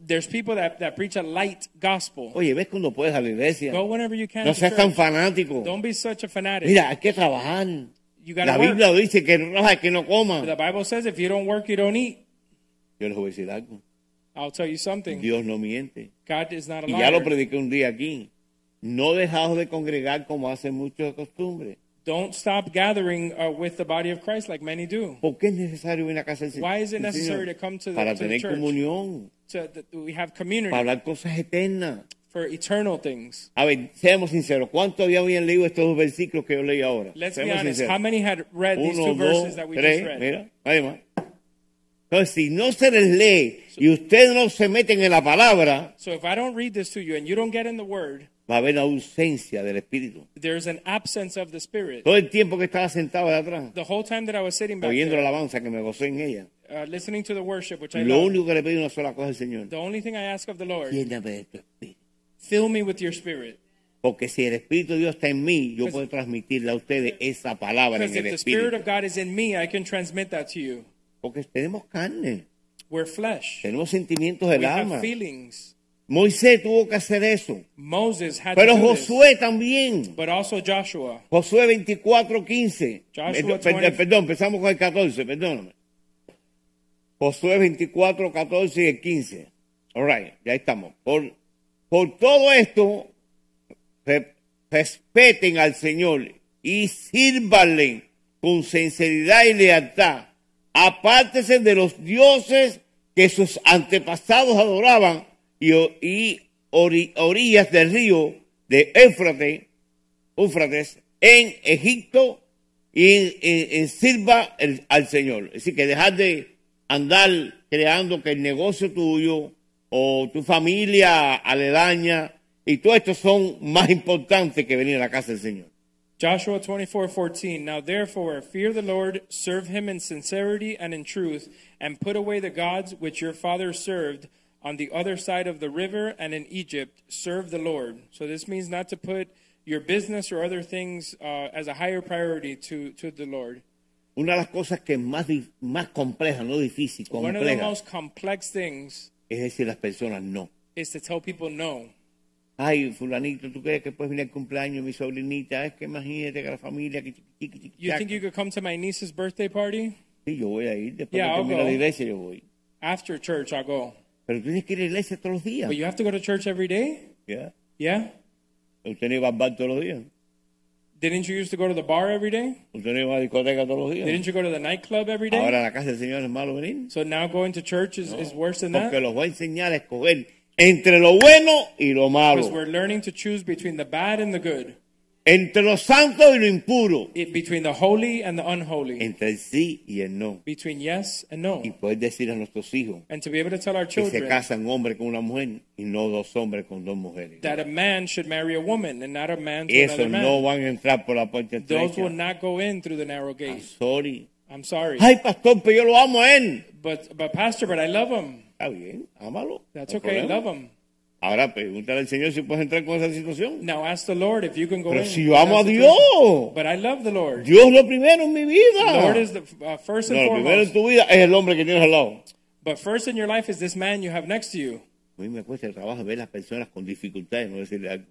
[SPEAKER 2] There's people that, that preach a light gospel.
[SPEAKER 1] Oye, ¿ves cuando puedes a la iglesia?
[SPEAKER 2] Go whenever you can.
[SPEAKER 1] No
[SPEAKER 2] to
[SPEAKER 1] seas tan
[SPEAKER 2] church.
[SPEAKER 1] fanático.
[SPEAKER 2] Don't be such a fanatic.
[SPEAKER 1] Mira, hay que trabajar.
[SPEAKER 2] you got
[SPEAKER 1] La
[SPEAKER 2] to work.
[SPEAKER 1] Biblia dice que no trabaja, que no
[SPEAKER 2] The
[SPEAKER 1] coma.
[SPEAKER 2] Bible says if you don't work, you don't eat.
[SPEAKER 1] Yo les voy a decir algo.
[SPEAKER 2] I'll tell you something.
[SPEAKER 1] Dios no miente.
[SPEAKER 2] God is not a
[SPEAKER 1] Y ya lo
[SPEAKER 2] liar.
[SPEAKER 1] prediqué un día aquí. No dejados de congregar como hacen muchos de costumbre.
[SPEAKER 2] Don't stop gathering uh, with the body of Christ like many do.
[SPEAKER 1] ¿Por qué es necesario venir a casa del Señor?
[SPEAKER 2] Why is it
[SPEAKER 1] Sí,
[SPEAKER 2] necessary
[SPEAKER 1] Señor.
[SPEAKER 2] to come to the-
[SPEAKER 1] para
[SPEAKER 2] to the
[SPEAKER 1] tener
[SPEAKER 2] church?
[SPEAKER 1] comunión,
[SPEAKER 2] So that we have
[SPEAKER 1] para
[SPEAKER 2] community
[SPEAKER 1] hablar cosas eternas.
[SPEAKER 2] for eternal things.
[SPEAKER 1] A ver, seamos sinceros. ¿Cuántos ya habían leído estos dos versículos que yo leí ahora?
[SPEAKER 2] Let's be
[SPEAKER 1] seamos
[SPEAKER 2] honest.
[SPEAKER 1] sinceros.
[SPEAKER 2] How many had read these
[SPEAKER 1] Uno,
[SPEAKER 2] two
[SPEAKER 1] dos,
[SPEAKER 2] verses that we just
[SPEAKER 1] tres,
[SPEAKER 2] read?
[SPEAKER 1] mira, nadie más. Entonces, si no se les lee y ustedes no se meten en la palabra,
[SPEAKER 2] So if I don't read this to you and you don't get in the Word,
[SPEAKER 1] va a haber la ausencia del Espíritu.
[SPEAKER 2] there's an absence of the Spirit.
[SPEAKER 1] Todo el tiempo que estaba sentado de atrás,
[SPEAKER 2] The whole time that I was sitting back
[SPEAKER 1] oyendo la
[SPEAKER 2] there,
[SPEAKER 1] alabanza que me gocé en ella,
[SPEAKER 2] uh, listening to the worship, which I
[SPEAKER 1] lo
[SPEAKER 2] love,
[SPEAKER 1] único que le pedí una sola cosa al Señor,
[SPEAKER 2] the only thing I ask of the Lord,
[SPEAKER 1] lléname de tu Espíritu.
[SPEAKER 2] fill me with your Spirit.
[SPEAKER 1] Porque si el Espíritu de Dios está en mí, yo
[SPEAKER 2] Because-
[SPEAKER 1] puedo transmitirle a ustedes
[SPEAKER 2] pues
[SPEAKER 1] esa palabra en
[SPEAKER 2] Because
[SPEAKER 1] el
[SPEAKER 2] if the Spirit
[SPEAKER 1] Espíritu.
[SPEAKER 2] of God is in me, I can transmit that to you.
[SPEAKER 1] Porque tenemos carne.
[SPEAKER 2] We're flesh.
[SPEAKER 1] Tenemos sentimientos del
[SPEAKER 2] we
[SPEAKER 1] alma.
[SPEAKER 2] have feelings.
[SPEAKER 1] Moisés tuvo que hacer eso.
[SPEAKER 2] Moses had
[SPEAKER 1] Pero
[SPEAKER 2] to do this,
[SPEAKER 1] Josué también.
[SPEAKER 2] but also Joshua.
[SPEAKER 1] Josué 24, 15.
[SPEAKER 2] Joshua
[SPEAKER 1] Perd-
[SPEAKER 2] 20.
[SPEAKER 1] Perdón, empezamos con el 14, perdóname. Josué 24, 14 y el 15. All right, ya estamos. Por, por todo esto, re- respeten al Señor y sírvanle con sinceridad y lealtad. Apártese de los dioses que sus antepasados adoraban y, o- y ori- orillas del río de Éfrates Éufrates en Egipto y en, en- en sirva el- al Señor. Es decir, que dejar de andar creando que el negocio tuyo o tu familia aledaña y todo esto son más importantes que venir a la casa del Señor.
[SPEAKER 2] Joshua 24:14 Now therefore fear the Lord serve him in sincerity and in truth and put away the gods which your fathers served on the other side of the river and in Egypt serve the Lord so this means not to put your business or other things uh, as a higher priority to to the Lord
[SPEAKER 1] Una de las cosas que es más, di- más compleja, no difícil,
[SPEAKER 2] one of the
[SPEAKER 1] compleja,
[SPEAKER 2] most complex things
[SPEAKER 1] es decir, las personas no.
[SPEAKER 2] is to tell people no
[SPEAKER 1] Ay, fulanito, ¿tú crees que puedes venir al cumpleaños de mi sobrinita? Es que imagínate que la familia, que chiqui, chiqui, chiqui,
[SPEAKER 2] you think you could come to my niece's birthday party
[SPEAKER 1] Sí, yo voy a ir, después
[SPEAKER 2] Yeah,
[SPEAKER 1] que
[SPEAKER 2] I'll
[SPEAKER 1] termine la
[SPEAKER 2] go.
[SPEAKER 1] iglesia yo voy.
[SPEAKER 2] after church I'll go
[SPEAKER 1] Pero tú tienes que ir a la iglesia todos los días.
[SPEAKER 2] but you have to go to church every day
[SPEAKER 1] Ya.
[SPEAKER 2] yeah
[SPEAKER 1] Usted no iba al bar todos los días.
[SPEAKER 2] didn't you used to go to the bar every day
[SPEAKER 1] Usted no iba a la discoteca todos los días.
[SPEAKER 2] Didn't you go to the nightclub every day?
[SPEAKER 1] Ahora a la casa del Señor es malo venir.
[SPEAKER 2] so now going to church is, is worse than
[SPEAKER 1] Porque
[SPEAKER 2] that?
[SPEAKER 1] los va a enseñar a escoger entre lo bueno y lo malo.
[SPEAKER 2] Because we're learning to choose between the bad and the good,
[SPEAKER 1] Entre lo santo y lo impuro.
[SPEAKER 2] it, between the holy and the unholy,
[SPEAKER 1] Entre el sí y el no.
[SPEAKER 2] between yes and no.
[SPEAKER 1] Y poder decir a nuestros hijos
[SPEAKER 2] And to be able to tell our
[SPEAKER 1] que se
[SPEAKER 2] children
[SPEAKER 1] casan hombre con una mujer y no dos hombres con dos mujeres.
[SPEAKER 2] that a man should marry a woman and not a man to
[SPEAKER 1] Esos
[SPEAKER 2] another man.
[SPEAKER 1] no van a entrar por la puerta
[SPEAKER 2] Those will
[SPEAKER 1] estrecha.
[SPEAKER 2] not go in through the narrow gate.
[SPEAKER 1] Sorry.
[SPEAKER 2] I'm sorry.
[SPEAKER 1] Ay, pastor, pero yo lo amo a él.
[SPEAKER 2] But, but Pastor, but I love him.
[SPEAKER 1] Está bien, ámalo.
[SPEAKER 2] That's
[SPEAKER 1] no hay
[SPEAKER 2] okay.
[SPEAKER 1] problema.
[SPEAKER 2] Love him.
[SPEAKER 1] Ahora pregúntale al Señor si puedes entrar con esa situación.
[SPEAKER 2] Now ask the Lord if you can go
[SPEAKER 1] Pero
[SPEAKER 2] in.
[SPEAKER 1] si yo amo a
[SPEAKER 2] That's the person.
[SPEAKER 1] Dios.
[SPEAKER 2] But I love the Lord.
[SPEAKER 1] Dios lo primero en mi vida.
[SPEAKER 2] The Lord is the uh, first and
[SPEAKER 1] no, lo primero en
[SPEAKER 2] foremost.
[SPEAKER 1] tu vida es el hombre que tienes al lado.
[SPEAKER 2] But first in your life is this man you have next to you.
[SPEAKER 1] A mí me cuesta trabajo ver las personas con dificultades, no decirle algo.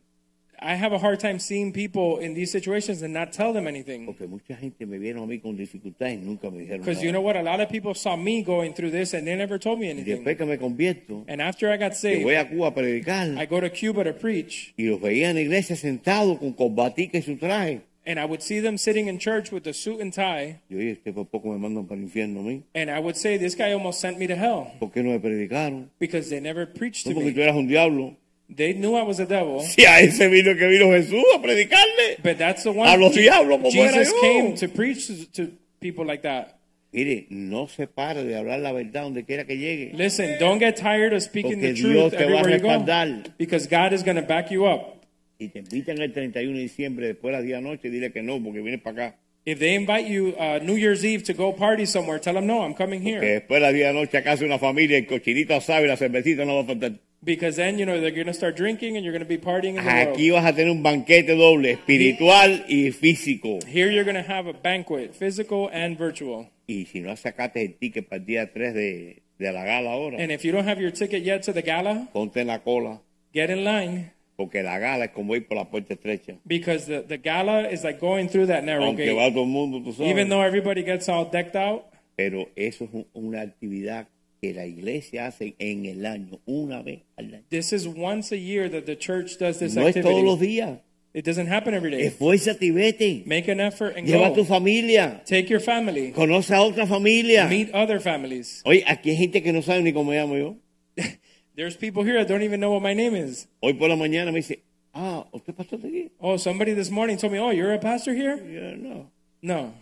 [SPEAKER 2] I have a hard time seeing people in these situations and not tell them anything.
[SPEAKER 1] Porque mucha gente me vieron a mí con dificultades y nunca me dijeron
[SPEAKER 2] Because
[SPEAKER 1] nada.
[SPEAKER 2] you know what? A lot of people saw me going through this and they never told me
[SPEAKER 1] y
[SPEAKER 2] anything.
[SPEAKER 1] después que me convierto,
[SPEAKER 2] And after I got
[SPEAKER 1] que voy
[SPEAKER 2] saved,
[SPEAKER 1] a Cuba a predicar
[SPEAKER 2] I go to Cuba to preach
[SPEAKER 1] y los veía en la iglesia sentados con combatica y su traje.
[SPEAKER 2] and I would see them sitting in church with the suit and tie.
[SPEAKER 1] Yo, oye, este por poco me mandan para el infierno a mí.
[SPEAKER 2] And I would say, This guy almost sent me to hell
[SPEAKER 1] ¿Por qué no me predicaron?
[SPEAKER 2] because they never preached
[SPEAKER 1] No
[SPEAKER 2] to
[SPEAKER 1] porque tú
[SPEAKER 2] me.
[SPEAKER 1] eras un diablo.
[SPEAKER 2] They knew I was a devil.
[SPEAKER 1] Si a ese vino que vino Jesús a predicarle.
[SPEAKER 2] But that's the
[SPEAKER 1] A
[SPEAKER 2] one
[SPEAKER 1] los diablos, como era
[SPEAKER 2] Jesus
[SPEAKER 1] yo.
[SPEAKER 2] came to preach to, to people like that.
[SPEAKER 1] Mire, no se pare de hablar la verdad donde quiera que llegue.
[SPEAKER 2] Listen, don't get tired of speaking
[SPEAKER 1] Porque
[SPEAKER 2] the
[SPEAKER 1] Dios
[SPEAKER 2] truth
[SPEAKER 1] te va a
[SPEAKER 2] everywhere you go
[SPEAKER 1] respaldar.
[SPEAKER 2] because God is going to back you up.
[SPEAKER 1] Y te invitan el 31 de diciembre después de las 10 de la noche, dile que no, porque vienes para acá.
[SPEAKER 2] If they invite you uh, New Year's Eve to go party somewhere, tell them no, I'm coming here.
[SPEAKER 1] Que después de las 10 de la noche acá hace una familia, el cochinito asado y la cervecita no va a faltar.
[SPEAKER 2] Because then, you know, they're going to start drinking and you're going to be partying in the
[SPEAKER 1] Aquí
[SPEAKER 2] world.
[SPEAKER 1] vas a tener un banquete doble, espiritual y físico.
[SPEAKER 2] Here you're going to have a banquet, physical and virtual.
[SPEAKER 1] Y si no sacaste el ticket para el día 3 de, de la gala ahora,
[SPEAKER 2] And if you don't have your ticket yet to the gala,
[SPEAKER 1] ponte en la cola,
[SPEAKER 2] get in line
[SPEAKER 1] porque la gala es como ir por la puerta estrecha.
[SPEAKER 2] because the, the gala is like going through that narrow
[SPEAKER 1] Aunque
[SPEAKER 2] gate.
[SPEAKER 1] va todo el mundo, tú sabes.
[SPEAKER 2] Even though everybody gets all decked out,
[SPEAKER 1] Pero eso es un- una actividad que la iglesia hace en el año, una vez al año.
[SPEAKER 2] this is once a year that the church does this
[SPEAKER 1] No es todos los
[SPEAKER 2] activity.
[SPEAKER 1] días.
[SPEAKER 2] It doesn't happen every day.
[SPEAKER 1] Esfuérzate y vete.
[SPEAKER 2] Make an effort and
[SPEAKER 1] Lleva a tu
[SPEAKER 2] go.
[SPEAKER 1] familia.
[SPEAKER 2] Take your family.
[SPEAKER 1] Conoce a otra familia.
[SPEAKER 2] Meet other families.
[SPEAKER 1] Oye, aquí hay gente que no sabe ni cómo me llamo yo.
[SPEAKER 2] There's people here that don't even know what my name is.
[SPEAKER 1] Hoy por la mañana me dice, ah, ¿usted es pastor de aquí?
[SPEAKER 2] Oh, somebody this morning told me, "Oh, you're a pastor here?"
[SPEAKER 1] Y yo, no.
[SPEAKER 2] No,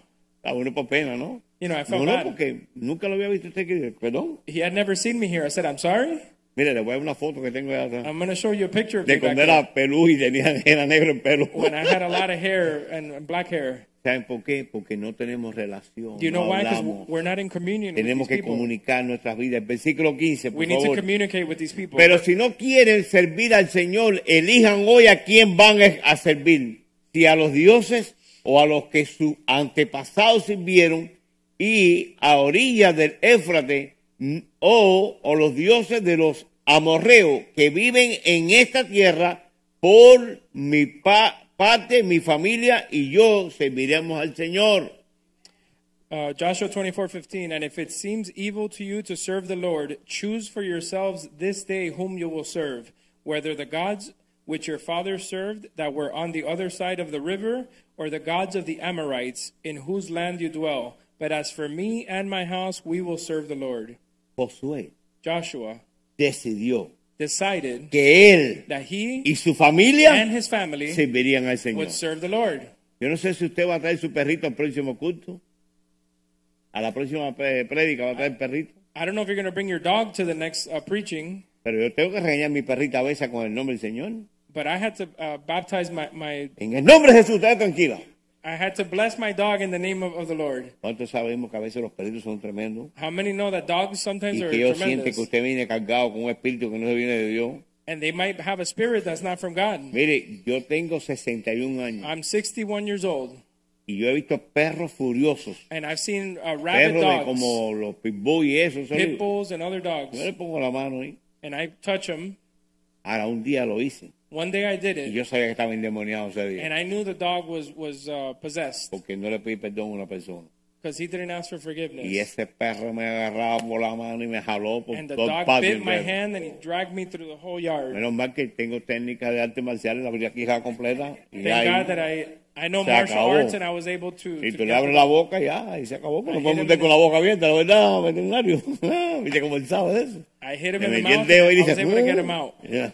[SPEAKER 1] Ah, bueno, por pena, ¿no?
[SPEAKER 2] you know, I
[SPEAKER 1] No,
[SPEAKER 2] felt
[SPEAKER 1] no,
[SPEAKER 2] bad.
[SPEAKER 1] porque nunca lo había visto usted aquí. Perdón.
[SPEAKER 2] He had never seen me here. I said, "I'm sorry."
[SPEAKER 1] Mire, le voy a dar una foto que tengo allá atrás.
[SPEAKER 2] I'm gonna show you a picture of me
[SPEAKER 1] De
[SPEAKER 2] back
[SPEAKER 1] cuando
[SPEAKER 2] then,
[SPEAKER 1] era pelú y tenía, era negro el pelo.
[SPEAKER 2] when I had a lot of hair and and black hair.
[SPEAKER 1] ¿Saben por qué? Porque no tenemos relación.
[SPEAKER 2] Do you know
[SPEAKER 1] no
[SPEAKER 2] why? Because
[SPEAKER 1] hablamos.
[SPEAKER 2] we're not in communion with
[SPEAKER 1] Tenemos
[SPEAKER 2] these
[SPEAKER 1] que
[SPEAKER 2] people.
[SPEAKER 1] comunicar nuestras vidas. El versículo 15, por
[SPEAKER 2] We need to
[SPEAKER 1] favor.
[SPEAKER 2] communicate with these people.
[SPEAKER 1] Pero si no quieren servir al Señor, elijan hoy a quién van a- a servir. Si a los dioses o a los que sus antepasados sirvieron y a orillas del Éfrate o, o los dioses de los amorreos que viven en esta tierra, por mi pa- parte, mi familia y yo serviremos al Señor.
[SPEAKER 2] Uh, Joshua 24:15 And if it seems evil to you to serve the Lord, choose for yourselves this day whom you will serve, whether the gods which your fathers served that were on the other side of the river, or the gods of the Amorites in whose land you dwell. But as for me and my house, we will serve the Lord.
[SPEAKER 1] Josué
[SPEAKER 2] Joshua
[SPEAKER 1] decidió
[SPEAKER 2] decided
[SPEAKER 1] que él
[SPEAKER 2] that he
[SPEAKER 1] y su
[SPEAKER 2] and
[SPEAKER 1] familia
[SPEAKER 2] his family
[SPEAKER 1] servirían al Señor.
[SPEAKER 2] would serve the Lord.
[SPEAKER 1] Yo no sé si usted va a traer su perrito al próximo culto. A la próxima pre- prédica va a traer perrito.
[SPEAKER 2] I don't know if you're going to bring your dog to the next uh, preaching,
[SPEAKER 1] Pero yo tengo que regañar a mi perrita a veces con el nombre del Señor.
[SPEAKER 2] but I had to uh, baptize my, my
[SPEAKER 1] En el nombre de Jesús, está tranquila.
[SPEAKER 2] I had to bless my dog in the name of, of the Lord.
[SPEAKER 1] ¿Cuántos sabemos que a veces los perritos son tremendos?
[SPEAKER 2] How many know that dogs sometimes
[SPEAKER 1] Y
[SPEAKER 2] are
[SPEAKER 1] que ellos sienten
[SPEAKER 2] tremendous?
[SPEAKER 1] que usted viene cargado con un espíritu que no se viene de Dios.
[SPEAKER 2] And they might have a spirit that's not from God.
[SPEAKER 1] Mire, yo tengo 61 años
[SPEAKER 2] I'm 61 years old,
[SPEAKER 1] y yo he visto perros furiosos.
[SPEAKER 2] and I've seen uh,
[SPEAKER 1] Perros
[SPEAKER 2] rabid
[SPEAKER 1] de
[SPEAKER 2] dogs,
[SPEAKER 1] como los pitbull y eso. eso
[SPEAKER 2] pit
[SPEAKER 1] yo
[SPEAKER 2] bulls, and other dogs.
[SPEAKER 1] le pongo la mano ahí.
[SPEAKER 2] And I touch them.
[SPEAKER 1] Ahora, un día lo hice.
[SPEAKER 2] One day I did
[SPEAKER 1] Y
[SPEAKER 2] it,
[SPEAKER 1] yo sabía que estaba endemoniado ese día.
[SPEAKER 2] and I knew the dog was, was uh, possessed
[SPEAKER 1] Porque no le pedí perdón a una persona.
[SPEAKER 2] because he didn't ask for forgiveness.
[SPEAKER 1] Y ese perro me agarraba por la mano y me jaló por
[SPEAKER 2] And the
[SPEAKER 1] todo el
[SPEAKER 2] dog
[SPEAKER 1] patio
[SPEAKER 2] bit my
[SPEAKER 1] entero.
[SPEAKER 2] hand, and he dragged me through the whole yard.
[SPEAKER 1] Menos mal que tengo técnica de artes marciales, la abrí quija completa. Y
[SPEAKER 2] Thank God that
[SPEAKER 1] ahí,
[SPEAKER 2] I, I know
[SPEAKER 1] Se
[SPEAKER 2] martial
[SPEAKER 1] acabó.
[SPEAKER 2] arts, and I was able to...
[SPEAKER 1] si
[SPEAKER 2] to
[SPEAKER 1] tú le
[SPEAKER 2] get
[SPEAKER 1] abres
[SPEAKER 2] the-
[SPEAKER 1] pues, la boca, ya, y se acabó. Pero
[SPEAKER 2] Ahí
[SPEAKER 1] puedes
[SPEAKER 2] era
[SPEAKER 1] meter
[SPEAKER 2] mi-
[SPEAKER 1] con la boca abierta, la verdad, veterinario. Viste cómo él sabe de eso.
[SPEAKER 2] I hit him
[SPEAKER 1] Le
[SPEAKER 2] in the
[SPEAKER 1] metí el
[SPEAKER 2] mouth,
[SPEAKER 1] dedo
[SPEAKER 2] and
[SPEAKER 1] y
[SPEAKER 2] I was
[SPEAKER 1] dice, "Uh".
[SPEAKER 2] able to get him out.
[SPEAKER 1] "Ya".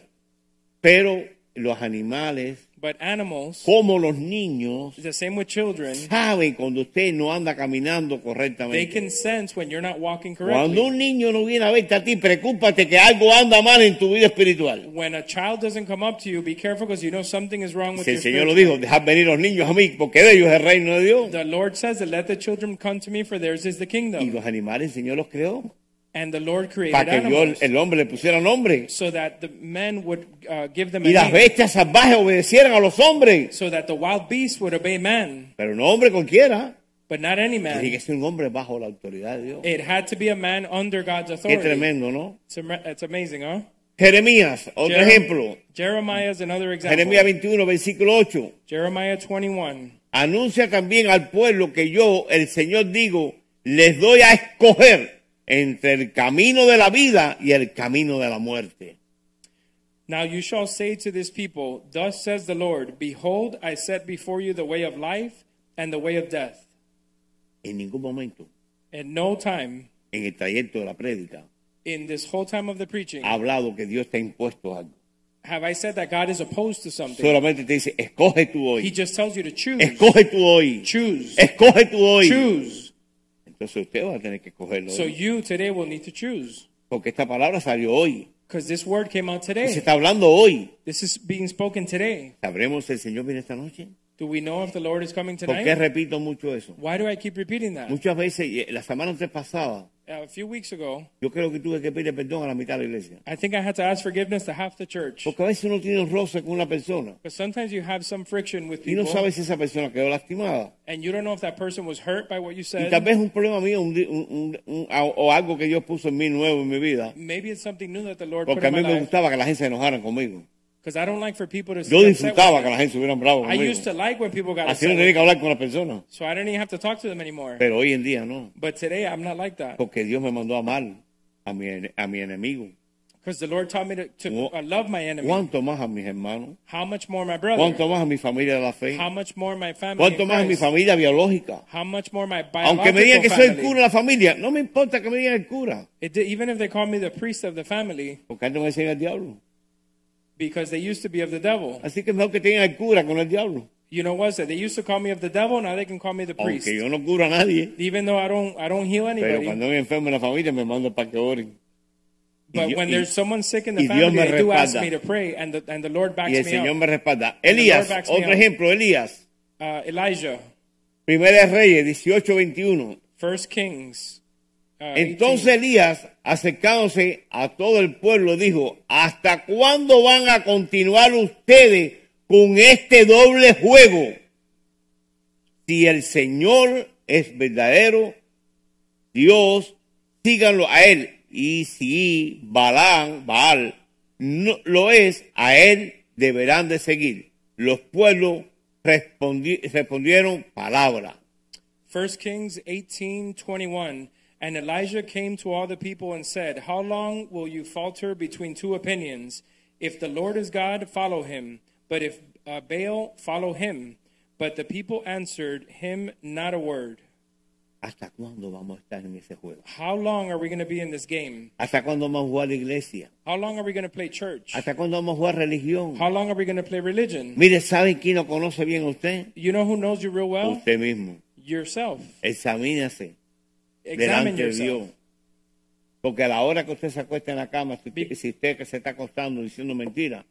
[SPEAKER 1] Pero los animales,
[SPEAKER 2] But animals,
[SPEAKER 1] como los niños,
[SPEAKER 2] the same with children,
[SPEAKER 1] saben cuando usted no anda caminando
[SPEAKER 2] they
[SPEAKER 1] correctamente.
[SPEAKER 2] can sense when you're not walking
[SPEAKER 1] Cuando
[SPEAKER 2] correctly.
[SPEAKER 1] un niño no viene a verte a ti, preocúpate que algo anda mal en tu vida espiritual.
[SPEAKER 2] When a child doesn't come up to you, be careful because you know something is wrong with
[SPEAKER 1] Si el
[SPEAKER 2] your
[SPEAKER 1] Señor lo
[SPEAKER 2] spirit.
[SPEAKER 1] dijo, dejad venir los niños a mí, porque de ellos es el reino de Dios.
[SPEAKER 2] The Lord says that let the children come to me, for theirs is the
[SPEAKER 1] Y
[SPEAKER 2] kingdom.
[SPEAKER 1] los animales el Señor los creó
[SPEAKER 2] And the Lord created
[SPEAKER 1] para que yo,
[SPEAKER 2] animals
[SPEAKER 1] el hombre le pusiera nombre.
[SPEAKER 2] so that the men would uh, give them a
[SPEAKER 1] Y las
[SPEAKER 2] name,
[SPEAKER 1] bestias salvajes obedecieran a los hombres.
[SPEAKER 2] so that the wild beasts would obey man,
[SPEAKER 1] Pero no hombre cualquiera.
[SPEAKER 2] but not any
[SPEAKER 1] Tiene que
[SPEAKER 2] man.
[SPEAKER 1] ser un hombre bajo la autoridad de Dios.
[SPEAKER 2] It had to be a man under God's
[SPEAKER 1] Qué
[SPEAKER 2] authority.
[SPEAKER 1] tremendo, ¿no?
[SPEAKER 2] It's, ama- it's amazing, huh?
[SPEAKER 1] Jeremías, otro
[SPEAKER 2] Jer-
[SPEAKER 1] ejemplo.
[SPEAKER 2] Jeremiah is another
[SPEAKER 1] Jeremías
[SPEAKER 2] example.
[SPEAKER 1] 21, versículo 8.
[SPEAKER 2] Jeremiah 21.
[SPEAKER 1] Anuncia también al pueblo que yo, el Señor, digo, les doy a escoger entre el camino de la vida y el camino de la muerte.
[SPEAKER 2] Now you shall say to this people, Thus says the Lord, Behold, I set before you the way of life and the way of death.
[SPEAKER 1] En ningún momento,
[SPEAKER 2] At no time
[SPEAKER 1] en el trayecto de la prédica,
[SPEAKER 2] in this whole time of the preaching
[SPEAKER 1] ha hablado que Dios te ha impuesto algo.
[SPEAKER 2] have I said that God is opposed to something.
[SPEAKER 1] Solamente te dice, escoge tú
[SPEAKER 2] He
[SPEAKER 1] hoy.
[SPEAKER 2] just tells you to choose.
[SPEAKER 1] Escoge tú hoy.
[SPEAKER 2] Choose.
[SPEAKER 1] Escoge tú hoy.
[SPEAKER 2] Choose.
[SPEAKER 1] Entonces usted va a tener que escogerlo
[SPEAKER 2] So
[SPEAKER 1] hoy.
[SPEAKER 2] you today will need to choose.
[SPEAKER 1] Porque esta palabra salió hoy.
[SPEAKER 2] Because this word came out
[SPEAKER 1] Y se
[SPEAKER 2] today.
[SPEAKER 1] está hablando hoy.
[SPEAKER 2] This is being spoken today.
[SPEAKER 1] ¿Sabremos si el Señor viene esta noche?
[SPEAKER 2] Do we know if the Lord is coming
[SPEAKER 1] ¿Por qué
[SPEAKER 2] tonight?
[SPEAKER 1] repito mucho eso?
[SPEAKER 2] Why do I keep repeating that?
[SPEAKER 1] Muchas veces, y la semana antes pasada,
[SPEAKER 2] A few weeks ago,
[SPEAKER 1] yo creo que tuve que pedir perdón a la mitad de la iglesia.
[SPEAKER 2] I think I had to ask forgiveness to half the church.
[SPEAKER 1] Porque a veces uno tiene un roce con una persona
[SPEAKER 2] Because sometimes you have some friction with
[SPEAKER 1] y no
[SPEAKER 2] people.
[SPEAKER 1] sabe si esa persona quedó lastimada.
[SPEAKER 2] and you don't know if that person was hurt by what you
[SPEAKER 1] Y tal
[SPEAKER 2] said.
[SPEAKER 1] vez un problema mío un di- un- un- un- a- o algo que Dios puso en mí nuevo en mi vida.
[SPEAKER 2] Maybe it's something new that the Lord put
[SPEAKER 1] Porque a
[SPEAKER 2] in my
[SPEAKER 1] mí me
[SPEAKER 2] life.
[SPEAKER 1] gustaba que la gente se enojara conmigo.
[SPEAKER 2] Because I don't like for people to
[SPEAKER 1] Yo
[SPEAKER 2] get upset
[SPEAKER 1] disfrutaba
[SPEAKER 2] with
[SPEAKER 1] que
[SPEAKER 2] me.
[SPEAKER 1] la gente estuviera bravo
[SPEAKER 2] I
[SPEAKER 1] conmigo.
[SPEAKER 2] used to like when people got
[SPEAKER 1] Así
[SPEAKER 2] upset.
[SPEAKER 1] no tenía
[SPEAKER 2] with
[SPEAKER 1] que
[SPEAKER 2] me,
[SPEAKER 1] hablar con la persona.
[SPEAKER 2] So I didn't even have to talk to them anymore.
[SPEAKER 1] Pero hoy en día no.
[SPEAKER 2] But today I'm not like that.
[SPEAKER 1] Porque Dios me mandó a amar a mi, ene- a mi enemigo.
[SPEAKER 2] Because the Lord taught me to, to
[SPEAKER 1] Wha-
[SPEAKER 2] uh, love my enemy.
[SPEAKER 1] ¿Cuánto más a mis hermanos?
[SPEAKER 2] How much more my brother?
[SPEAKER 1] ¿Cuánto más a mi familia de la fe?
[SPEAKER 2] How much more my family? in
[SPEAKER 1] ¿Cuánto más a mi
[SPEAKER 2] Christ?
[SPEAKER 1] familia biológica?
[SPEAKER 2] How much more my biological
[SPEAKER 1] Aunque me digan que soy el
[SPEAKER 2] family?
[SPEAKER 1] cura de la familia, no me importa que me digan el cura.
[SPEAKER 2] It di- even if they call me the priest of the family,
[SPEAKER 1] Porque antes me decían el diablo.
[SPEAKER 2] because they used to be of the devil.
[SPEAKER 1] Así que es mejor que tengan el cura con el diablo.
[SPEAKER 2] You know what? So they used to call me of the devil. Now they can call me the priest.
[SPEAKER 1] Aunque yo no curo a nadie.
[SPEAKER 2] even though I don't I don't heal
[SPEAKER 1] Pero
[SPEAKER 2] anybody,
[SPEAKER 1] cuando me enfermo en la familia me mandan para que oren.
[SPEAKER 2] but
[SPEAKER 1] y yo-
[SPEAKER 2] when
[SPEAKER 1] y-
[SPEAKER 2] there's someone sick in
[SPEAKER 1] y
[SPEAKER 2] the
[SPEAKER 1] Dios
[SPEAKER 2] family,
[SPEAKER 1] me
[SPEAKER 2] they do ask
[SPEAKER 1] respalda.
[SPEAKER 2] me to pray, and the and the Lord backs
[SPEAKER 1] Y el
[SPEAKER 2] me
[SPEAKER 1] Señor
[SPEAKER 2] up.
[SPEAKER 1] me respalda.
[SPEAKER 2] the
[SPEAKER 1] Elías,
[SPEAKER 2] Lord backs me
[SPEAKER 1] otro
[SPEAKER 2] up.
[SPEAKER 1] ejemplo, Elías.
[SPEAKER 2] Uh, Elijah,
[SPEAKER 1] Primera de Reyes 18, 21.
[SPEAKER 2] First Kings. Uh, 18.
[SPEAKER 1] Entonces Elías, acercándose a todo el pueblo, dijo, ¿hasta cuándo van a continuar ustedes con este doble juego? Si el Señor es verdadero, Dios, síganlo a él. Y si Balán, Baal, no lo es, a él deberán de seguir. Los pueblos respondi- respondieron palabra.
[SPEAKER 2] 1 Kings 18 21. And Elijah came to all the people and said, How long will you falter between two opinions? If the Lord is God, follow him. But if uh, Baal, follow him. But the people answered him not a word.
[SPEAKER 1] ¿Hasta cuándo vamos a estar en ese juego?
[SPEAKER 2] How long are we going to be in this game?
[SPEAKER 1] ¿Hasta cuándo vamos a jugar a la iglesia?
[SPEAKER 2] How long are we going to play church?
[SPEAKER 1] ¿Hasta cuándo vamos a jugar religión?
[SPEAKER 2] How long are we going to play religion?
[SPEAKER 1] Mire, ¿saben quién lo conoce bien a usted?
[SPEAKER 2] You know who knows you real well?
[SPEAKER 1] Usted mismo.
[SPEAKER 2] Yourself.
[SPEAKER 1] Examínese
[SPEAKER 2] Examine
[SPEAKER 1] delante de
[SPEAKER 2] yourself.
[SPEAKER 1] Dios. Porque a la hora que usted se acuesta en la cama, si usted,
[SPEAKER 2] Be-
[SPEAKER 1] si usted que se está acostando diciendo mentiras,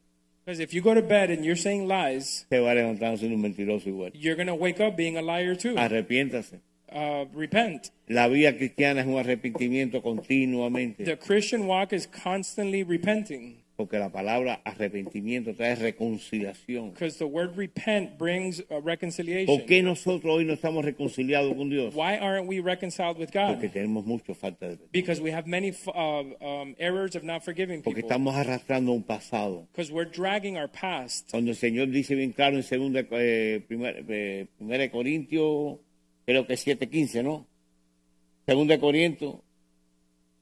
[SPEAKER 2] Because if you go to bed and you're saying lies,
[SPEAKER 1] se va levantando siendo un mentiroso igual.
[SPEAKER 2] you're going to wake up being a liar too.
[SPEAKER 1] Ah. Arrepiéntase.
[SPEAKER 2] Uh, repent.
[SPEAKER 1] La vida cristiana es un arrepentimiento continuamente.
[SPEAKER 2] The Christian walk is constantly repenting
[SPEAKER 1] Porque la palabra arrepentimiento trae reconciliación.
[SPEAKER 2] because the word repent brings a
[SPEAKER 1] ¿Por
[SPEAKER 2] reconciliation.
[SPEAKER 1] qué nosotros hoy no estamos reconciliados con Dios?
[SPEAKER 2] Why aren't we reconciled with
[SPEAKER 1] Porque
[SPEAKER 2] God?
[SPEAKER 1] tenemos mucho falta de perdón.
[SPEAKER 2] Because we have many f- uh, um, errors of not forgiving
[SPEAKER 1] Porque
[SPEAKER 2] people.
[SPEAKER 1] estamos arrastrando un pasado.
[SPEAKER 2] Because we're dragging our past.
[SPEAKER 1] Cuando el Señor dice bien claro en segunda, eh, primer- eh, primera de Corintios, creo que 7.15, ¿no? Segunda de Corintios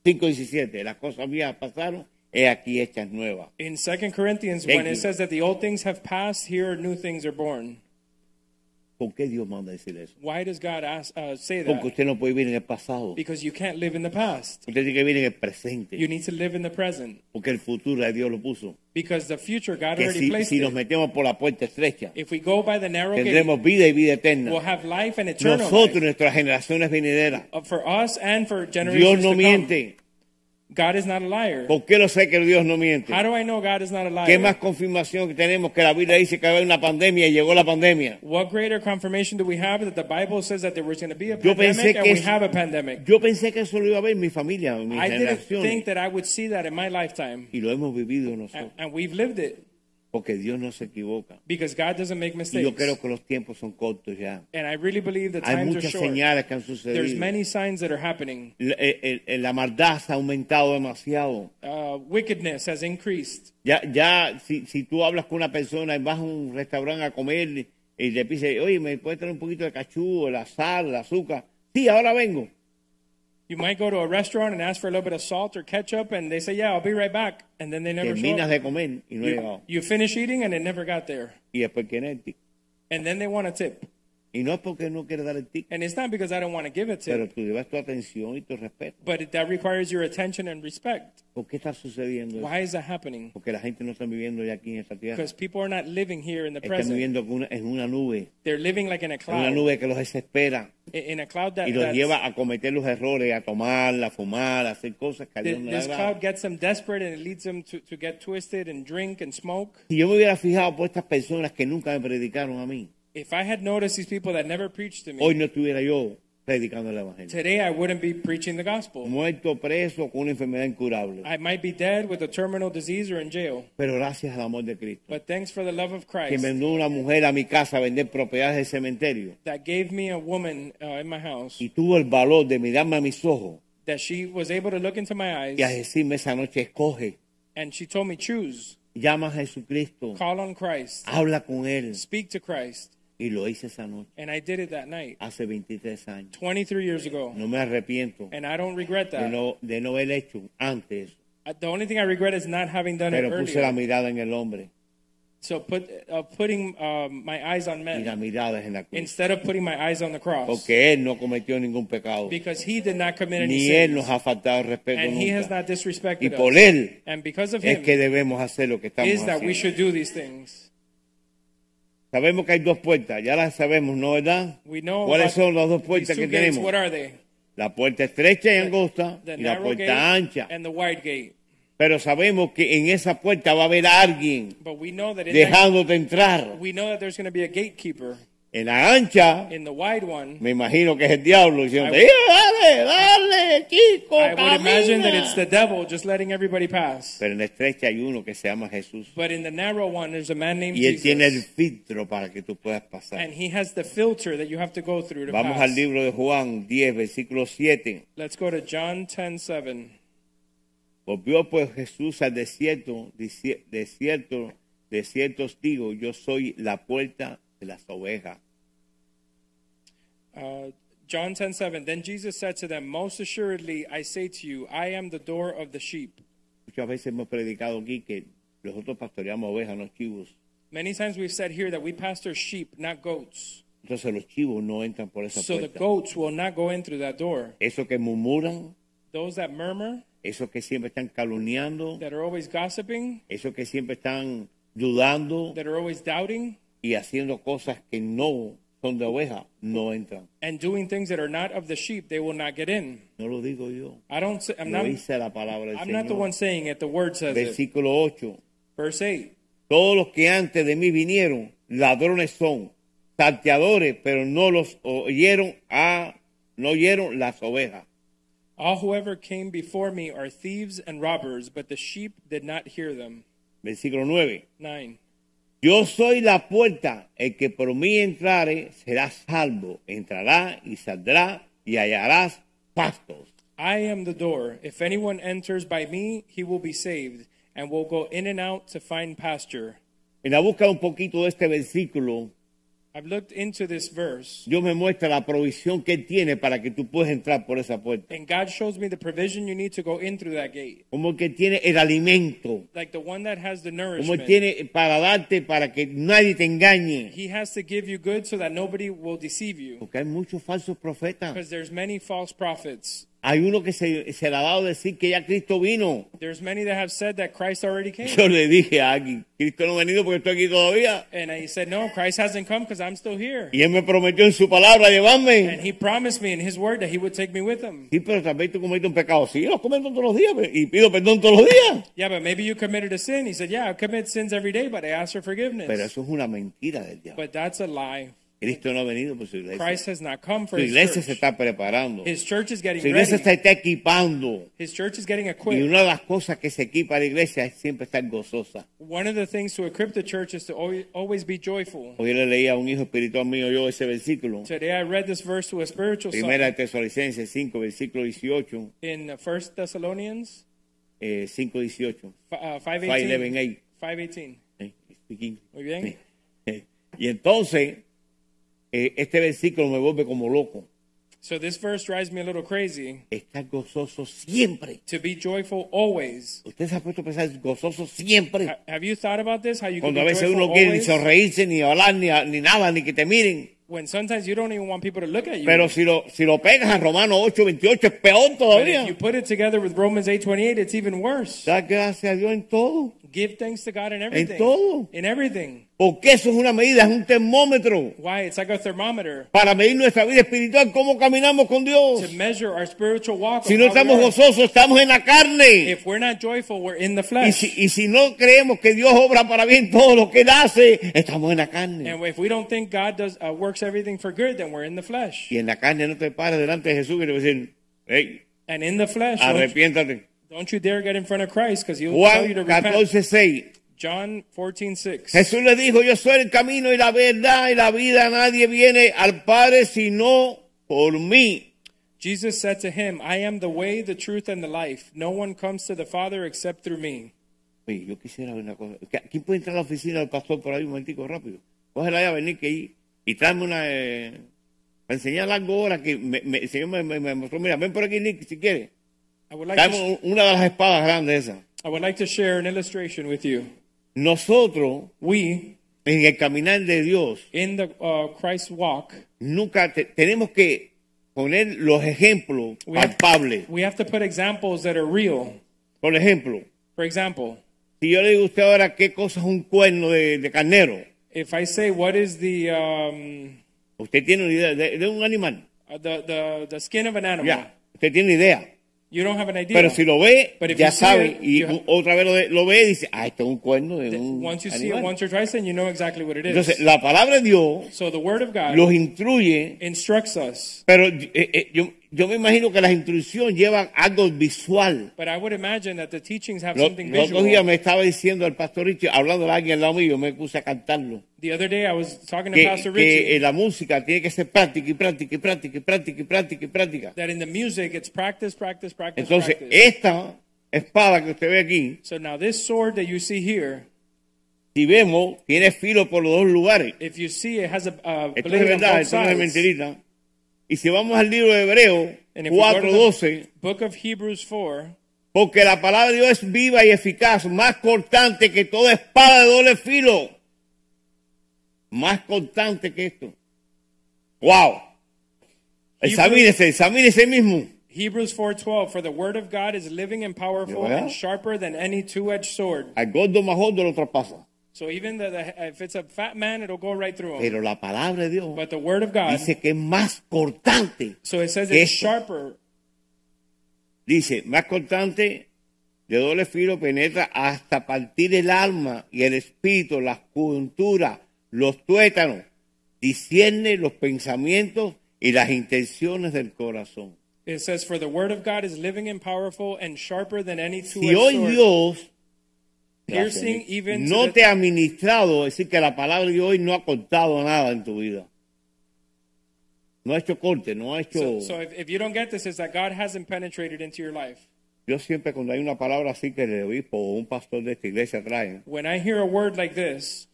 [SPEAKER 1] 5.17, las cosas viejas pasaron, he aquí hechas nuevas.
[SPEAKER 2] In 2 Corinthians,
[SPEAKER 1] Thank
[SPEAKER 2] when
[SPEAKER 1] you.
[SPEAKER 2] it says that the old things have passed, here new things are born.
[SPEAKER 1] ¿Por qué Dios manda decir eso?
[SPEAKER 2] Why does God ask, uh, say
[SPEAKER 1] Porque
[SPEAKER 2] that?
[SPEAKER 1] usted no puede vivir en el pasado. Usted
[SPEAKER 2] Because you can't live in the past.
[SPEAKER 1] tiene que vivir en el
[SPEAKER 2] You
[SPEAKER 1] presente.
[SPEAKER 2] need to live in the present.
[SPEAKER 1] Porque el futuro de Dios lo puso.
[SPEAKER 2] Because the future, God
[SPEAKER 1] Que
[SPEAKER 2] already
[SPEAKER 1] si,
[SPEAKER 2] placed
[SPEAKER 1] si nos
[SPEAKER 2] it.
[SPEAKER 1] metemos por la puerta estrecha,
[SPEAKER 2] If we go by the narrow gate,
[SPEAKER 1] tendremos vida y vida eterna.
[SPEAKER 2] we'll have life and eternal life.
[SPEAKER 1] Nosotros, nuestras generaciones venideras.
[SPEAKER 2] Uh, for us and for
[SPEAKER 1] Dios
[SPEAKER 2] generations
[SPEAKER 1] no
[SPEAKER 2] to
[SPEAKER 1] miente.
[SPEAKER 2] come. God is not a liar.
[SPEAKER 1] ¿Por qué lo sé que Dios no miente?
[SPEAKER 2] How do I know God is not a liar?
[SPEAKER 1] ¿Qué más confirmación que tenemos que la Biblia dice que va a haber una pandemia y llegó la pandemia?
[SPEAKER 2] What greater confirmation do we have that the Bible says that there was going to be a
[SPEAKER 1] Yo pensé
[SPEAKER 2] pandemic and
[SPEAKER 1] que
[SPEAKER 2] we
[SPEAKER 1] es-
[SPEAKER 2] have a pandemic?
[SPEAKER 1] Yo pensé que eso lo iba a ver mi familia, mi
[SPEAKER 2] I didn't
[SPEAKER 1] generación,
[SPEAKER 2] think that I would see that in my lifetime.
[SPEAKER 1] y lo hemos vivido
[SPEAKER 2] And,
[SPEAKER 1] nosotros,
[SPEAKER 2] and we've lived it
[SPEAKER 1] porque Dios no se equivoca.
[SPEAKER 2] because God doesn't make
[SPEAKER 1] Y yo
[SPEAKER 2] mistakes.
[SPEAKER 1] creo que los tiempos son cortos ya.
[SPEAKER 2] And I really believe the
[SPEAKER 1] Hay
[SPEAKER 2] times are
[SPEAKER 1] muchas
[SPEAKER 2] short.
[SPEAKER 1] señales que han
[SPEAKER 2] There's
[SPEAKER 1] sucedido.
[SPEAKER 2] many signs that are happening.
[SPEAKER 1] La, el- el- la maldad se ha aumentado demasiado.
[SPEAKER 2] Uh, wickedness has increased.
[SPEAKER 1] Ya, ya si, si tú hablas con una persona y vas a un restaurante a comer y te dice, oye, ¿me puedes traer un poquito de cachú, la sal, el azúcar? Sí, ahora vengo.
[SPEAKER 2] You might go to a restaurant and ask for a little bit of salt or ketchup, and they say, "Yeah, I'll be right back," and then they never show
[SPEAKER 1] Terminas
[SPEAKER 2] up.
[SPEAKER 1] de comer y no he
[SPEAKER 2] You,
[SPEAKER 1] llegado.
[SPEAKER 2] you finish eating, and it never got there.
[SPEAKER 1] Y después quién es el tic.
[SPEAKER 2] And then they want a tip.
[SPEAKER 1] Y no es porque no quiere dar el tic,
[SPEAKER 2] And it's not because I don't want to give a
[SPEAKER 1] pero
[SPEAKER 2] tip,
[SPEAKER 1] tú llevas tu atención y tu respeto.
[SPEAKER 2] but it, that requires your attention and respect.
[SPEAKER 1] ¿Por qué está sucediendo eso?
[SPEAKER 2] Why is that happening?
[SPEAKER 1] Porque la gente no está viviendo ya aquí en esta tierra.
[SPEAKER 2] Because people are not living here in the
[SPEAKER 1] Están
[SPEAKER 2] present.
[SPEAKER 1] viviendo con una- en una nube,
[SPEAKER 2] They're living like in a
[SPEAKER 1] en una
[SPEAKER 2] cloud,
[SPEAKER 1] nube que los desespera
[SPEAKER 2] in- in a cloud that
[SPEAKER 1] y los
[SPEAKER 2] that's-
[SPEAKER 1] lleva a cometer los errores, a tomar, a fumar, a hacer cosas que a Dios
[SPEAKER 2] th-
[SPEAKER 1] no le
[SPEAKER 2] this cloud
[SPEAKER 1] agrada.
[SPEAKER 2] gets them desperate, and it leads them to, to get twisted and drink and smoke.
[SPEAKER 1] Si yo me hubiera fijado por estas personas que nunca me predicaron a mí,
[SPEAKER 2] If I had noticed these people that never preached to
[SPEAKER 1] hoy
[SPEAKER 2] me,
[SPEAKER 1] no estuviera yo predicando el Evangelio.
[SPEAKER 2] today I wouldn't be preaching the gospel.
[SPEAKER 1] Muerto, preso, con una enfermedad incurable.
[SPEAKER 2] I might be dead with a terminal disease or in jail,
[SPEAKER 1] Pero gracias al amor de Cristo.
[SPEAKER 2] but thanks for the love of
[SPEAKER 1] que
[SPEAKER 2] Christ
[SPEAKER 1] mandó una mujer a mi casa a vender propiedades del cementerio
[SPEAKER 2] that gave me a woman uh, in my house
[SPEAKER 1] y tuvo el valor de mirarme a mis ojos
[SPEAKER 2] that she was able to look into my
[SPEAKER 1] y a
[SPEAKER 2] eyes
[SPEAKER 1] decirme esa noche, escoge,
[SPEAKER 2] and she told me, Choose,
[SPEAKER 1] llama a Jesucristo,
[SPEAKER 2] call on Christ,
[SPEAKER 1] habla con él.
[SPEAKER 2] speak to Christ.
[SPEAKER 1] Y lo hice esa noche,
[SPEAKER 2] And I did it that night,
[SPEAKER 1] hace 23 años.
[SPEAKER 2] 23 years ago.
[SPEAKER 1] No me arrepiento
[SPEAKER 2] And I don't regret
[SPEAKER 1] de
[SPEAKER 2] that.
[SPEAKER 1] no, de no haber hecho antes, eso.
[SPEAKER 2] Uh, The only thing I regret is not having done it
[SPEAKER 1] pero puse la
[SPEAKER 2] earlier.
[SPEAKER 1] mirada en el hombre
[SPEAKER 2] So put uh, putting um, my eyes on
[SPEAKER 1] y la
[SPEAKER 2] men
[SPEAKER 1] mirada es en la cruz.
[SPEAKER 2] instead of putting my eyes on the cross
[SPEAKER 1] Porque él no cometió ningún pecado,
[SPEAKER 2] because he did not commit any
[SPEAKER 1] ni él nos
[SPEAKER 2] sins
[SPEAKER 1] ha faltado el respeto
[SPEAKER 2] and he has
[SPEAKER 1] nunca.
[SPEAKER 2] not
[SPEAKER 1] Y
[SPEAKER 2] disrespected
[SPEAKER 1] por
[SPEAKER 2] us.
[SPEAKER 1] él
[SPEAKER 2] And because of
[SPEAKER 1] es que
[SPEAKER 2] him
[SPEAKER 1] debemos hacer lo que estamos
[SPEAKER 2] is that
[SPEAKER 1] haciendo.
[SPEAKER 2] we should do these things.
[SPEAKER 1] Sabemos que hay dos puertas, ya las sabemos, ¿no verdad?
[SPEAKER 2] We know
[SPEAKER 1] ¿Cuáles
[SPEAKER 2] about
[SPEAKER 1] son las dos
[SPEAKER 2] these
[SPEAKER 1] puertas
[SPEAKER 2] two
[SPEAKER 1] que
[SPEAKER 2] gates,
[SPEAKER 1] tenemos?
[SPEAKER 2] What are they?
[SPEAKER 1] La puerta estrecha y angosta
[SPEAKER 2] The
[SPEAKER 1] y la
[SPEAKER 2] narrow gate
[SPEAKER 1] puerta ancha.
[SPEAKER 2] and the wide gate.
[SPEAKER 1] Pero sabemos que en esa puerta va a haber alguien
[SPEAKER 2] But we know that in that,
[SPEAKER 1] dejándote entrar.
[SPEAKER 2] we know that there's going to be a gatekeeper.
[SPEAKER 1] En la ancha,
[SPEAKER 2] In the wide one,
[SPEAKER 1] me imagino que es el diablo diciendo,
[SPEAKER 2] I would-
[SPEAKER 1] dale, dale, chico,
[SPEAKER 2] I would imagine that
[SPEAKER 1] camina".
[SPEAKER 2] it's the devil just letting everybody pass.
[SPEAKER 1] Pero en la estrecha hay uno que se llama Jesús.
[SPEAKER 2] But in the narrow one, there's a man named
[SPEAKER 1] Y él tiene el
[SPEAKER 2] Jesus.
[SPEAKER 1] filtro para que tú puedas pasar.
[SPEAKER 2] And he has the filter that you have to go through to
[SPEAKER 1] Vamos al
[SPEAKER 2] pass.
[SPEAKER 1] libro de Juan 10, versículo 7.
[SPEAKER 2] Let's go to John 10:7.
[SPEAKER 1] Volvió pues Jesús al desierto, dici- desierto, desierto os digo, yo soy la puerta de las ovejas.
[SPEAKER 2] Uh, John 10:7. Then Jesus said to them, Most assuredly, I say to you, I am the door of the sheep.
[SPEAKER 1] Muchas veces hemos predicado aquí que nosotros pastoreamos ovejas, no chivos.
[SPEAKER 2] Many times we've said here that we pastor sheep, not goats.
[SPEAKER 1] Entonces los chivos no entran por esa
[SPEAKER 2] So the
[SPEAKER 1] puerta.
[SPEAKER 2] goats will not go in through that door.
[SPEAKER 1] Eso que murmuran,
[SPEAKER 2] Those that murmur,
[SPEAKER 1] esos que siempre están calumniando,
[SPEAKER 2] that are always gossiping,
[SPEAKER 1] esos que siempre están dudando
[SPEAKER 2] that are always doubting,
[SPEAKER 1] y haciendo cosas que no son de oveja, no entran.
[SPEAKER 2] and doing things that are not of the sheep, they will not get in.
[SPEAKER 1] No lo digo yo.
[SPEAKER 2] I don't. Say, I'm
[SPEAKER 1] Lo
[SPEAKER 2] not.
[SPEAKER 1] dice la palabra del
[SPEAKER 2] I'm not the one
[SPEAKER 1] Señor.
[SPEAKER 2] saying it. The word says it.
[SPEAKER 1] Versículo 8.
[SPEAKER 2] Verse eight.
[SPEAKER 1] Todos los que antes de mí vinieron, ladrones son, salteadores, pero no los oyeron a, no oyeron las ovejas.
[SPEAKER 2] All whoever came before me are thieves and robbers, but the sheep did not hear them.
[SPEAKER 1] Versículo 9.
[SPEAKER 2] Nine.
[SPEAKER 1] Yo soy la puerta, el que por mí entrare será salvo, entrará y saldrá y hallarás pastos.
[SPEAKER 2] I am the door. If anyone enters by me, he will be saved, and will go in and out to find pasture.
[SPEAKER 1] En la búsqueda un poquito de este versículo,
[SPEAKER 2] I've looked into this verse,
[SPEAKER 1] Dios me muestra la provisión que Él tiene para que tú puedas entrar por esa puerta.
[SPEAKER 2] and God shows me the provision you need to go in through that gate,
[SPEAKER 1] Como que tiene el alimento,
[SPEAKER 2] like the one that has the
[SPEAKER 1] como Él
[SPEAKER 2] nourishment.
[SPEAKER 1] tiene para darte para que nadie te engañe.
[SPEAKER 2] He has to give you good so that nobody will deceive you,
[SPEAKER 1] Porque hay muchos falsos profetas.
[SPEAKER 2] because there's many false prophets.
[SPEAKER 1] Hay uno que se, se le ha dado decir que ya Cristo vino.
[SPEAKER 2] There's many that have said that Christ already came.
[SPEAKER 1] Yo le dije a alguien, Cristo no ha venido porque estoy aquí todavía.
[SPEAKER 2] And he said, No, Christ hasn't come because I'm still here.
[SPEAKER 1] Y él me prometió en su palabra
[SPEAKER 2] And
[SPEAKER 1] llevarme.
[SPEAKER 2] he promised me in his word that he would take me with him.
[SPEAKER 1] Sí, pero también tú cometes un pecado. Sí, los cometo todos los días pe- y pido perdón todos los días.
[SPEAKER 2] Yeah, but maybe you committed a sin. He said, Yeah, I commit sins every day, but I ask for
[SPEAKER 1] Pero
[SPEAKER 2] forgiveness.
[SPEAKER 1] eso es una mentira del diablo.
[SPEAKER 2] But that's a lie.
[SPEAKER 1] Cristo no ha venido por su iglesia.
[SPEAKER 2] Christ has not come for
[SPEAKER 1] Su
[SPEAKER 2] his
[SPEAKER 1] iglesia se
[SPEAKER 2] church.
[SPEAKER 1] está preparando.
[SPEAKER 2] His church is
[SPEAKER 1] Su
[SPEAKER 2] getting
[SPEAKER 1] iglesia se
[SPEAKER 2] ready. Pues
[SPEAKER 1] está equipando.
[SPEAKER 2] His church is getting
[SPEAKER 1] Y
[SPEAKER 2] equipped.
[SPEAKER 1] una de las cosas que se equipa a la iglesia es siempre estar gozosa.
[SPEAKER 2] One of the things to equip the church is to always, always be joyful.
[SPEAKER 1] Hoy le leía a un hijo espiritual mío yo ese versículo.
[SPEAKER 2] Today I read this verse to a spiritual
[SPEAKER 1] Primera de
[SPEAKER 2] son
[SPEAKER 1] Tesalonicenses 5, versículo 18,
[SPEAKER 2] in First Thessalonians
[SPEAKER 1] eh, 5, 18.
[SPEAKER 2] fi-
[SPEAKER 1] 5:11,
[SPEAKER 2] uh, 518.
[SPEAKER 1] eight.
[SPEAKER 2] 518.
[SPEAKER 1] eh, speaking.
[SPEAKER 2] Muy bien.
[SPEAKER 1] Eh, Y entonces, eh, este versículo me vuelve como loco.
[SPEAKER 2] So this verse drives me a little crazy.
[SPEAKER 1] Estar gozoso siempre.
[SPEAKER 2] To be joyful always.
[SPEAKER 1] Usted se ha puesto a pensar gozoso siempre.
[SPEAKER 2] Ha- Have you thought about this? How you can
[SPEAKER 1] Cuando a
[SPEAKER 2] be
[SPEAKER 1] veces
[SPEAKER 2] joyful
[SPEAKER 1] uno quiere ni
[SPEAKER 2] always?
[SPEAKER 1] sonreírse, ni hablar, ni, a- ni nada, ni que te miren.
[SPEAKER 2] When sometimes you don't even want people to look at you.
[SPEAKER 1] Pero si lo, si lo pegas a Romano 8, 28, es peor
[SPEAKER 2] but if you
[SPEAKER 1] todavía.
[SPEAKER 2] put it together with Romans 8:28, it's even worse.
[SPEAKER 1] Da gracias a Dios en todo.
[SPEAKER 2] Give thanks to God in everything.
[SPEAKER 1] todo.
[SPEAKER 2] In everything.
[SPEAKER 1] Porque eso es una medida, es un termómetro.
[SPEAKER 2] Why? It's like a thermometer
[SPEAKER 1] para medir nuestra vida espiritual, cómo caminamos con
[SPEAKER 2] to
[SPEAKER 1] Dios.
[SPEAKER 2] measure our spiritual walk. of
[SPEAKER 1] Si no
[SPEAKER 2] how we
[SPEAKER 1] estamos
[SPEAKER 2] are.
[SPEAKER 1] gozosos, estamos en la carne.
[SPEAKER 2] If we're not joyful, we're in the
[SPEAKER 1] Y
[SPEAKER 2] flesh.
[SPEAKER 1] si, y si no creemos que Dios obra para bien todo lo que Él hace, estamos en la carne.
[SPEAKER 2] and if we don't think God does uh, works everything for good, then we're in the flesh.
[SPEAKER 1] Y en la carne no te pares delante de Jesús y le vas a decir, hey,
[SPEAKER 2] And in the flesh, don't,
[SPEAKER 1] arrepiéntate.
[SPEAKER 2] don't you dare get in front of Christ because he'll tell
[SPEAKER 1] Juan
[SPEAKER 2] you to repent.
[SPEAKER 1] 14, 6.
[SPEAKER 2] John 14:6.
[SPEAKER 1] Jesús le dijo, yo soy el camino y la verdad y la vida. Nadie viene al Padre sino por mí.
[SPEAKER 2] Jesus said to him, I am the way, the truth, and the life. No one comes to the Father except through me.
[SPEAKER 1] Oye, yo quisiera ver una cosa. ¿Qui- ¿Quién puede entrar a la oficina del pastor por ahí un momentico rápido? Coge la llave, venir que ahí y tráeme una... eh, para enseñar algo ahora que me- me- el Señor me, me- me mostró. Mira, ven por aquí, Nick, si quieres.
[SPEAKER 2] I would like, to, sh-
[SPEAKER 1] Dame una de las espadas grandes esas.
[SPEAKER 2] I would like to share an illustration with you.
[SPEAKER 1] Nosotros,
[SPEAKER 2] We,
[SPEAKER 1] en el caminar de Dios,
[SPEAKER 2] in the uh, Christ walk,
[SPEAKER 1] nunca te- tenemos que poner los ejemplos
[SPEAKER 2] we have,
[SPEAKER 1] palpables.
[SPEAKER 2] we have to put examples that are real.
[SPEAKER 1] Por ejemplo,
[SPEAKER 2] For example,
[SPEAKER 1] si yo le digo a usted ahora qué cosa es un cuerno de, de carnero,
[SPEAKER 2] if I say, What is the, um,
[SPEAKER 1] usted tiene una idea de, de un animal.
[SPEAKER 2] uh, the, the, the skin of an
[SPEAKER 1] Ya,
[SPEAKER 2] animal?
[SPEAKER 1] usted tiene idea.
[SPEAKER 2] You don't have an idea.
[SPEAKER 1] Pero si lo ve,
[SPEAKER 2] But if
[SPEAKER 1] ya
[SPEAKER 2] you see
[SPEAKER 1] sabe.
[SPEAKER 2] it,
[SPEAKER 1] Y
[SPEAKER 2] you-
[SPEAKER 1] otra vez lo, ve- lo ve y dice, ah, esto es un cuerno de un
[SPEAKER 2] Once you see it
[SPEAKER 1] animal.
[SPEAKER 2] once or twice, then you know exactly what it is.
[SPEAKER 1] Entonces, la palabra de Dios
[SPEAKER 2] so the Word of God
[SPEAKER 1] los instruye,
[SPEAKER 2] instructs us.
[SPEAKER 1] pero eh, eh, yo, yo me imagino que las instrucciones llevan algo visual.
[SPEAKER 2] But I would imagine that the teachings have
[SPEAKER 1] Lo-
[SPEAKER 2] something
[SPEAKER 1] Los
[SPEAKER 2] visual.
[SPEAKER 1] otros días me estaba diciendo el pastor Richie, hablando a alguien al lado mío, yo me puse a cantarlo.
[SPEAKER 2] The other day I was talking to
[SPEAKER 1] Que,
[SPEAKER 2] Pastor
[SPEAKER 1] que,
[SPEAKER 2] Richie
[SPEAKER 1] eh, la música tiene que ser práctica y práctica y práctica y práctica y práctica y práctica.
[SPEAKER 2] that in the music it's practice, practice, practice,
[SPEAKER 1] Entonces, eh-
[SPEAKER 2] practice.
[SPEAKER 1] esta espada que usted ve aquí,
[SPEAKER 2] so now this sword that you see here,
[SPEAKER 1] si vemos, tiene filo por los dos lugares.
[SPEAKER 2] if you see it has a, a
[SPEAKER 1] Esto es
[SPEAKER 2] blade on
[SPEAKER 1] verdad,
[SPEAKER 2] both
[SPEAKER 1] esto no es
[SPEAKER 2] sides.
[SPEAKER 1] mentirita. Y si vamos al libro de Hebreo
[SPEAKER 2] And if we go to the
[SPEAKER 1] 4.12,
[SPEAKER 2] Book of Hebrews 4,
[SPEAKER 1] porque la palabra de Dios es viva y eficaz, más cortante que toda espada de doble filo. Más cortante que esto. ¡Wow! Examínese, examínese mismo.
[SPEAKER 2] Hebrews 4:12 for the word of God is living and powerful
[SPEAKER 1] Yeah.
[SPEAKER 2] and sharper than any two-edged sword.
[SPEAKER 1] Al gordo más gordo lo traspasa.
[SPEAKER 2] So even the, the, if it's a fat man it'll go right through him.
[SPEAKER 1] Pero la palabra de Dios
[SPEAKER 2] but the word of God
[SPEAKER 1] dice que es más cortante.
[SPEAKER 2] so it says
[SPEAKER 1] que
[SPEAKER 2] it's
[SPEAKER 1] esto.
[SPEAKER 2] sharper
[SPEAKER 1] Dice, más cortante de doble filo penetra hasta partir el alma y el espíritu, las coyunturas, los tuétanos, discierne los pensamientos y las intenciones del corazón.
[SPEAKER 2] it says for the word of God is living and powerful and sharper than any two-edged
[SPEAKER 1] Si hoy
[SPEAKER 2] sword.
[SPEAKER 1] Dios
[SPEAKER 2] Piercing even to
[SPEAKER 1] no
[SPEAKER 2] the-
[SPEAKER 1] te ha ministrado, es decir, que la palabra de hoy no ha cortado nada en tu vida. No ha hecho corte, no ha
[SPEAKER 2] So,
[SPEAKER 1] hecho...
[SPEAKER 2] so if, if you don't get this, it's that God hasn't penetrated into your life.
[SPEAKER 1] Yo siempre cuando hay una palabra así que el obispo o un pastor de esta iglesia traen,
[SPEAKER 2] When I hear a word like this,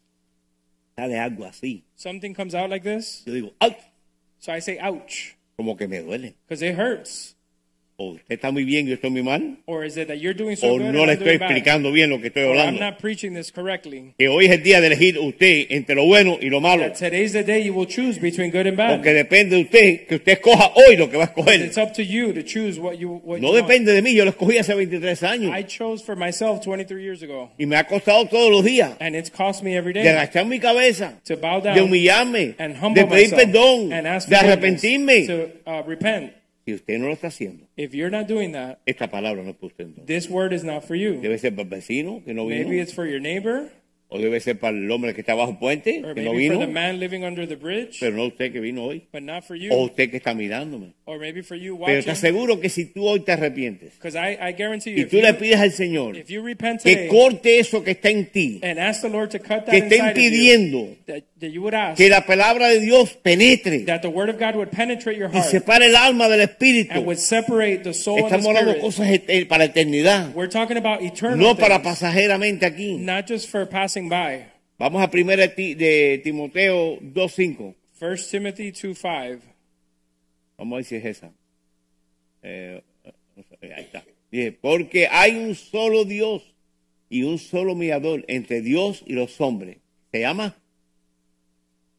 [SPEAKER 1] sale algo así.
[SPEAKER 2] something comes out like this,
[SPEAKER 1] Yo digo, ¡ay!
[SPEAKER 2] so I say, ouch,
[SPEAKER 1] como que me duele.
[SPEAKER 2] because it hurts.
[SPEAKER 1] O usted está muy bien, yo estoy muy mal.
[SPEAKER 2] Or is it that you're doing so
[SPEAKER 1] O
[SPEAKER 2] good and
[SPEAKER 1] no le
[SPEAKER 2] I'm
[SPEAKER 1] estoy
[SPEAKER 2] doing bad?
[SPEAKER 1] explicando bien lo que estoy
[SPEAKER 2] Or I'm
[SPEAKER 1] hablando.
[SPEAKER 2] not preaching this correctly.
[SPEAKER 1] Que hoy es el día de elegir usted entre lo bueno y lo malo.
[SPEAKER 2] That today's the day you will choose between good and bad.
[SPEAKER 1] Porque depende de usted que usted escoja hoy lo que va a escoger.
[SPEAKER 2] It's up to you to choose what you what
[SPEAKER 1] No
[SPEAKER 2] you want.
[SPEAKER 1] depende de mí, yo lo escogí hace 23 años.
[SPEAKER 2] I chose for myself 23 years ago,
[SPEAKER 1] Y me ha costado todos los días
[SPEAKER 2] and it's cost me every
[SPEAKER 1] de
[SPEAKER 2] day
[SPEAKER 1] agachar mi cabeza,
[SPEAKER 2] to bow down
[SPEAKER 1] de humillarme,
[SPEAKER 2] and humble
[SPEAKER 1] de pedir
[SPEAKER 2] myself
[SPEAKER 1] perdón,
[SPEAKER 2] and ask
[SPEAKER 1] de
[SPEAKER 2] forgiveness,
[SPEAKER 1] arrepentirme.
[SPEAKER 2] to uh, repent.
[SPEAKER 1] Si usted no lo está haciendo,
[SPEAKER 2] If you're not doing that,
[SPEAKER 1] esta palabra no es para usted. entonces.
[SPEAKER 2] this word is not for you.
[SPEAKER 1] Debe ser para el vecino que no
[SPEAKER 2] Maybe
[SPEAKER 1] vino.
[SPEAKER 2] it's for your neighbor,
[SPEAKER 1] O debe ser para el hombre que está bajo el puente
[SPEAKER 2] or
[SPEAKER 1] que no
[SPEAKER 2] maybe for the
[SPEAKER 1] vino.
[SPEAKER 2] man living under the bridge,
[SPEAKER 1] Pero no usted que vino hoy.
[SPEAKER 2] but not for
[SPEAKER 1] o
[SPEAKER 2] you,
[SPEAKER 1] usted que está mirándome.
[SPEAKER 2] or maybe for you
[SPEAKER 1] Pero te
[SPEAKER 2] watching.
[SPEAKER 1] aseguro que si tú hoy te arrepientes
[SPEAKER 2] Because I, I guarantee
[SPEAKER 1] y
[SPEAKER 2] you, if
[SPEAKER 1] tú le
[SPEAKER 2] you,
[SPEAKER 1] pides al Señor
[SPEAKER 2] if you repent
[SPEAKER 1] que
[SPEAKER 2] today
[SPEAKER 1] corte eso que está en ti,
[SPEAKER 2] and ask the Lord to cut that
[SPEAKER 1] que está
[SPEAKER 2] inside of you,
[SPEAKER 1] impidiendo
[SPEAKER 2] that, that you would ask
[SPEAKER 1] que la palabra de Dios penetre
[SPEAKER 2] that the word of God would penetrate your
[SPEAKER 1] y
[SPEAKER 2] heart
[SPEAKER 1] separe el alma del espíritu.
[SPEAKER 2] and would separate the soul and the
[SPEAKER 1] Estamos hablando
[SPEAKER 2] spirit.
[SPEAKER 1] cosas ete- para eternidad,
[SPEAKER 2] We're talking about eternal
[SPEAKER 1] no para
[SPEAKER 2] things,
[SPEAKER 1] pasajeramente aquí.
[SPEAKER 2] not just for passing by.
[SPEAKER 1] Vamos a primera de Ti- de Timoteo 2.5.
[SPEAKER 2] 1 Timothy 2 5.
[SPEAKER 1] Vamos a ver si es esa. Eh, ahí está. Dice, porque hay un solo Dios y un solo mediador entre Dios y los hombres. Se llama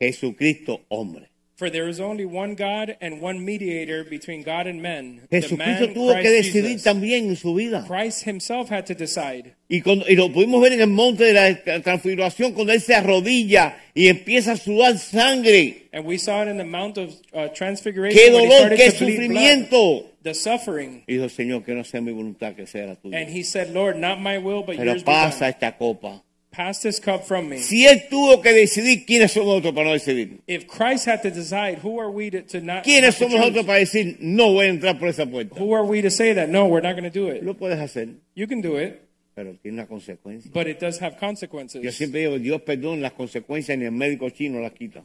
[SPEAKER 1] Jesucristo hombre.
[SPEAKER 2] For there is only one God and one mediator between God and men, the
[SPEAKER 1] Jesucristo
[SPEAKER 2] man
[SPEAKER 1] tuvo que
[SPEAKER 2] Christ
[SPEAKER 1] decidir
[SPEAKER 2] Jesus.
[SPEAKER 1] también en su vida.
[SPEAKER 2] Christ himself had to decide.
[SPEAKER 1] Y, cuando- y lo pudimos ver en el monte de la transfiguración cuando él se arrodilla y empieza a sudar sangre.
[SPEAKER 2] And we saw it in the Mount of uh, Transfiguration.
[SPEAKER 1] ¡Qué
[SPEAKER 2] when he
[SPEAKER 1] dolor,
[SPEAKER 2] started
[SPEAKER 1] qué
[SPEAKER 2] to bleed blood,
[SPEAKER 1] sufrimiento!
[SPEAKER 2] the suffering.
[SPEAKER 1] Y dijo, Señor, que no sea mi voluntad, que sea la tuya.
[SPEAKER 2] And he said, Lord, not my will, but
[SPEAKER 1] Pero
[SPEAKER 2] yours be
[SPEAKER 1] pasa
[SPEAKER 2] done.
[SPEAKER 1] esta copa.
[SPEAKER 2] Pass this cup from me.
[SPEAKER 1] Si él tuvo que decidir quiénes somos nosotros para no decidir.
[SPEAKER 2] If Christ had to decide, who are we to, to not
[SPEAKER 1] ¿Quiénes
[SPEAKER 2] have to
[SPEAKER 1] somos
[SPEAKER 2] choose?
[SPEAKER 1] nosotros para decir no voy a entrar por esa puerta?
[SPEAKER 2] Who are we to say that? No, we're not going to do it.
[SPEAKER 1] Lo puedes hacer,
[SPEAKER 2] You can do it,
[SPEAKER 1] pero tiene una consecuencia.
[SPEAKER 2] but it does have
[SPEAKER 1] Yo
[SPEAKER 2] consequences.
[SPEAKER 1] siempre digo, Dios perdón las consecuencias ni el médico chino las quita.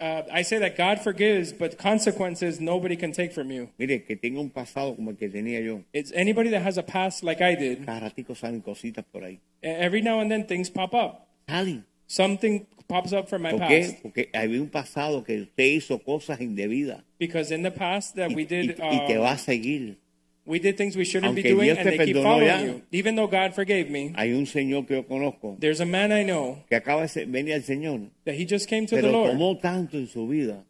[SPEAKER 2] Uh, I say that God forgives, but consequences nobody can take from you.
[SPEAKER 1] Mire, que tenga un pasado como el que tenía yo.
[SPEAKER 2] It's anybody that has a past like I did.
[SPEAKER 1] Cada ratico salen cositas por ahí.
[SPEAKER 2] e- Every now and then things pop up.
[SPEAKER 1] Salen.
[SPEAKER 2] Something pops up from my
[SPEAKER 1] ¿Por
[SPEAKER 2] past
[SPEAKER 1] qué? Porque había un pasado que usted hizo cosas indebidas.
[SPEAKER 2] because in the past that
[SPEAKER 1] Y,
[SPEAKER 2] we did,
[SPEAKER 1] y- y te
[SPEAKER 2] uh,
[SPEAKER 1] va a seguir.
[SPEAKER 2] we did things we shouldn't be
[SPEAKER 1] Aunque
[SPEAKER 2] doing,
[SPEAKER 1] Dios
[SPEAKER 2] and
[SPEAKER 1] te
[SPEAKER 2] they keep
[SPEAKER 1] perdonó
[SPEAKER 2] following
[SPEAKER 1] ya.
[SPEAKER 2] you. Even though God forgave me,
[SPEAKER 1] Hay un señor que yo conozco
[SPEAKER 2] there's a man I know
[SPEAKER 1] que acaba de ser- venir al Señor,
[SPEAKER 2] that he just came to the
[SPEAKER 1] pero
[SPEAKER 2] Lord.
[SPEAKER 1] tomó tanto en su vida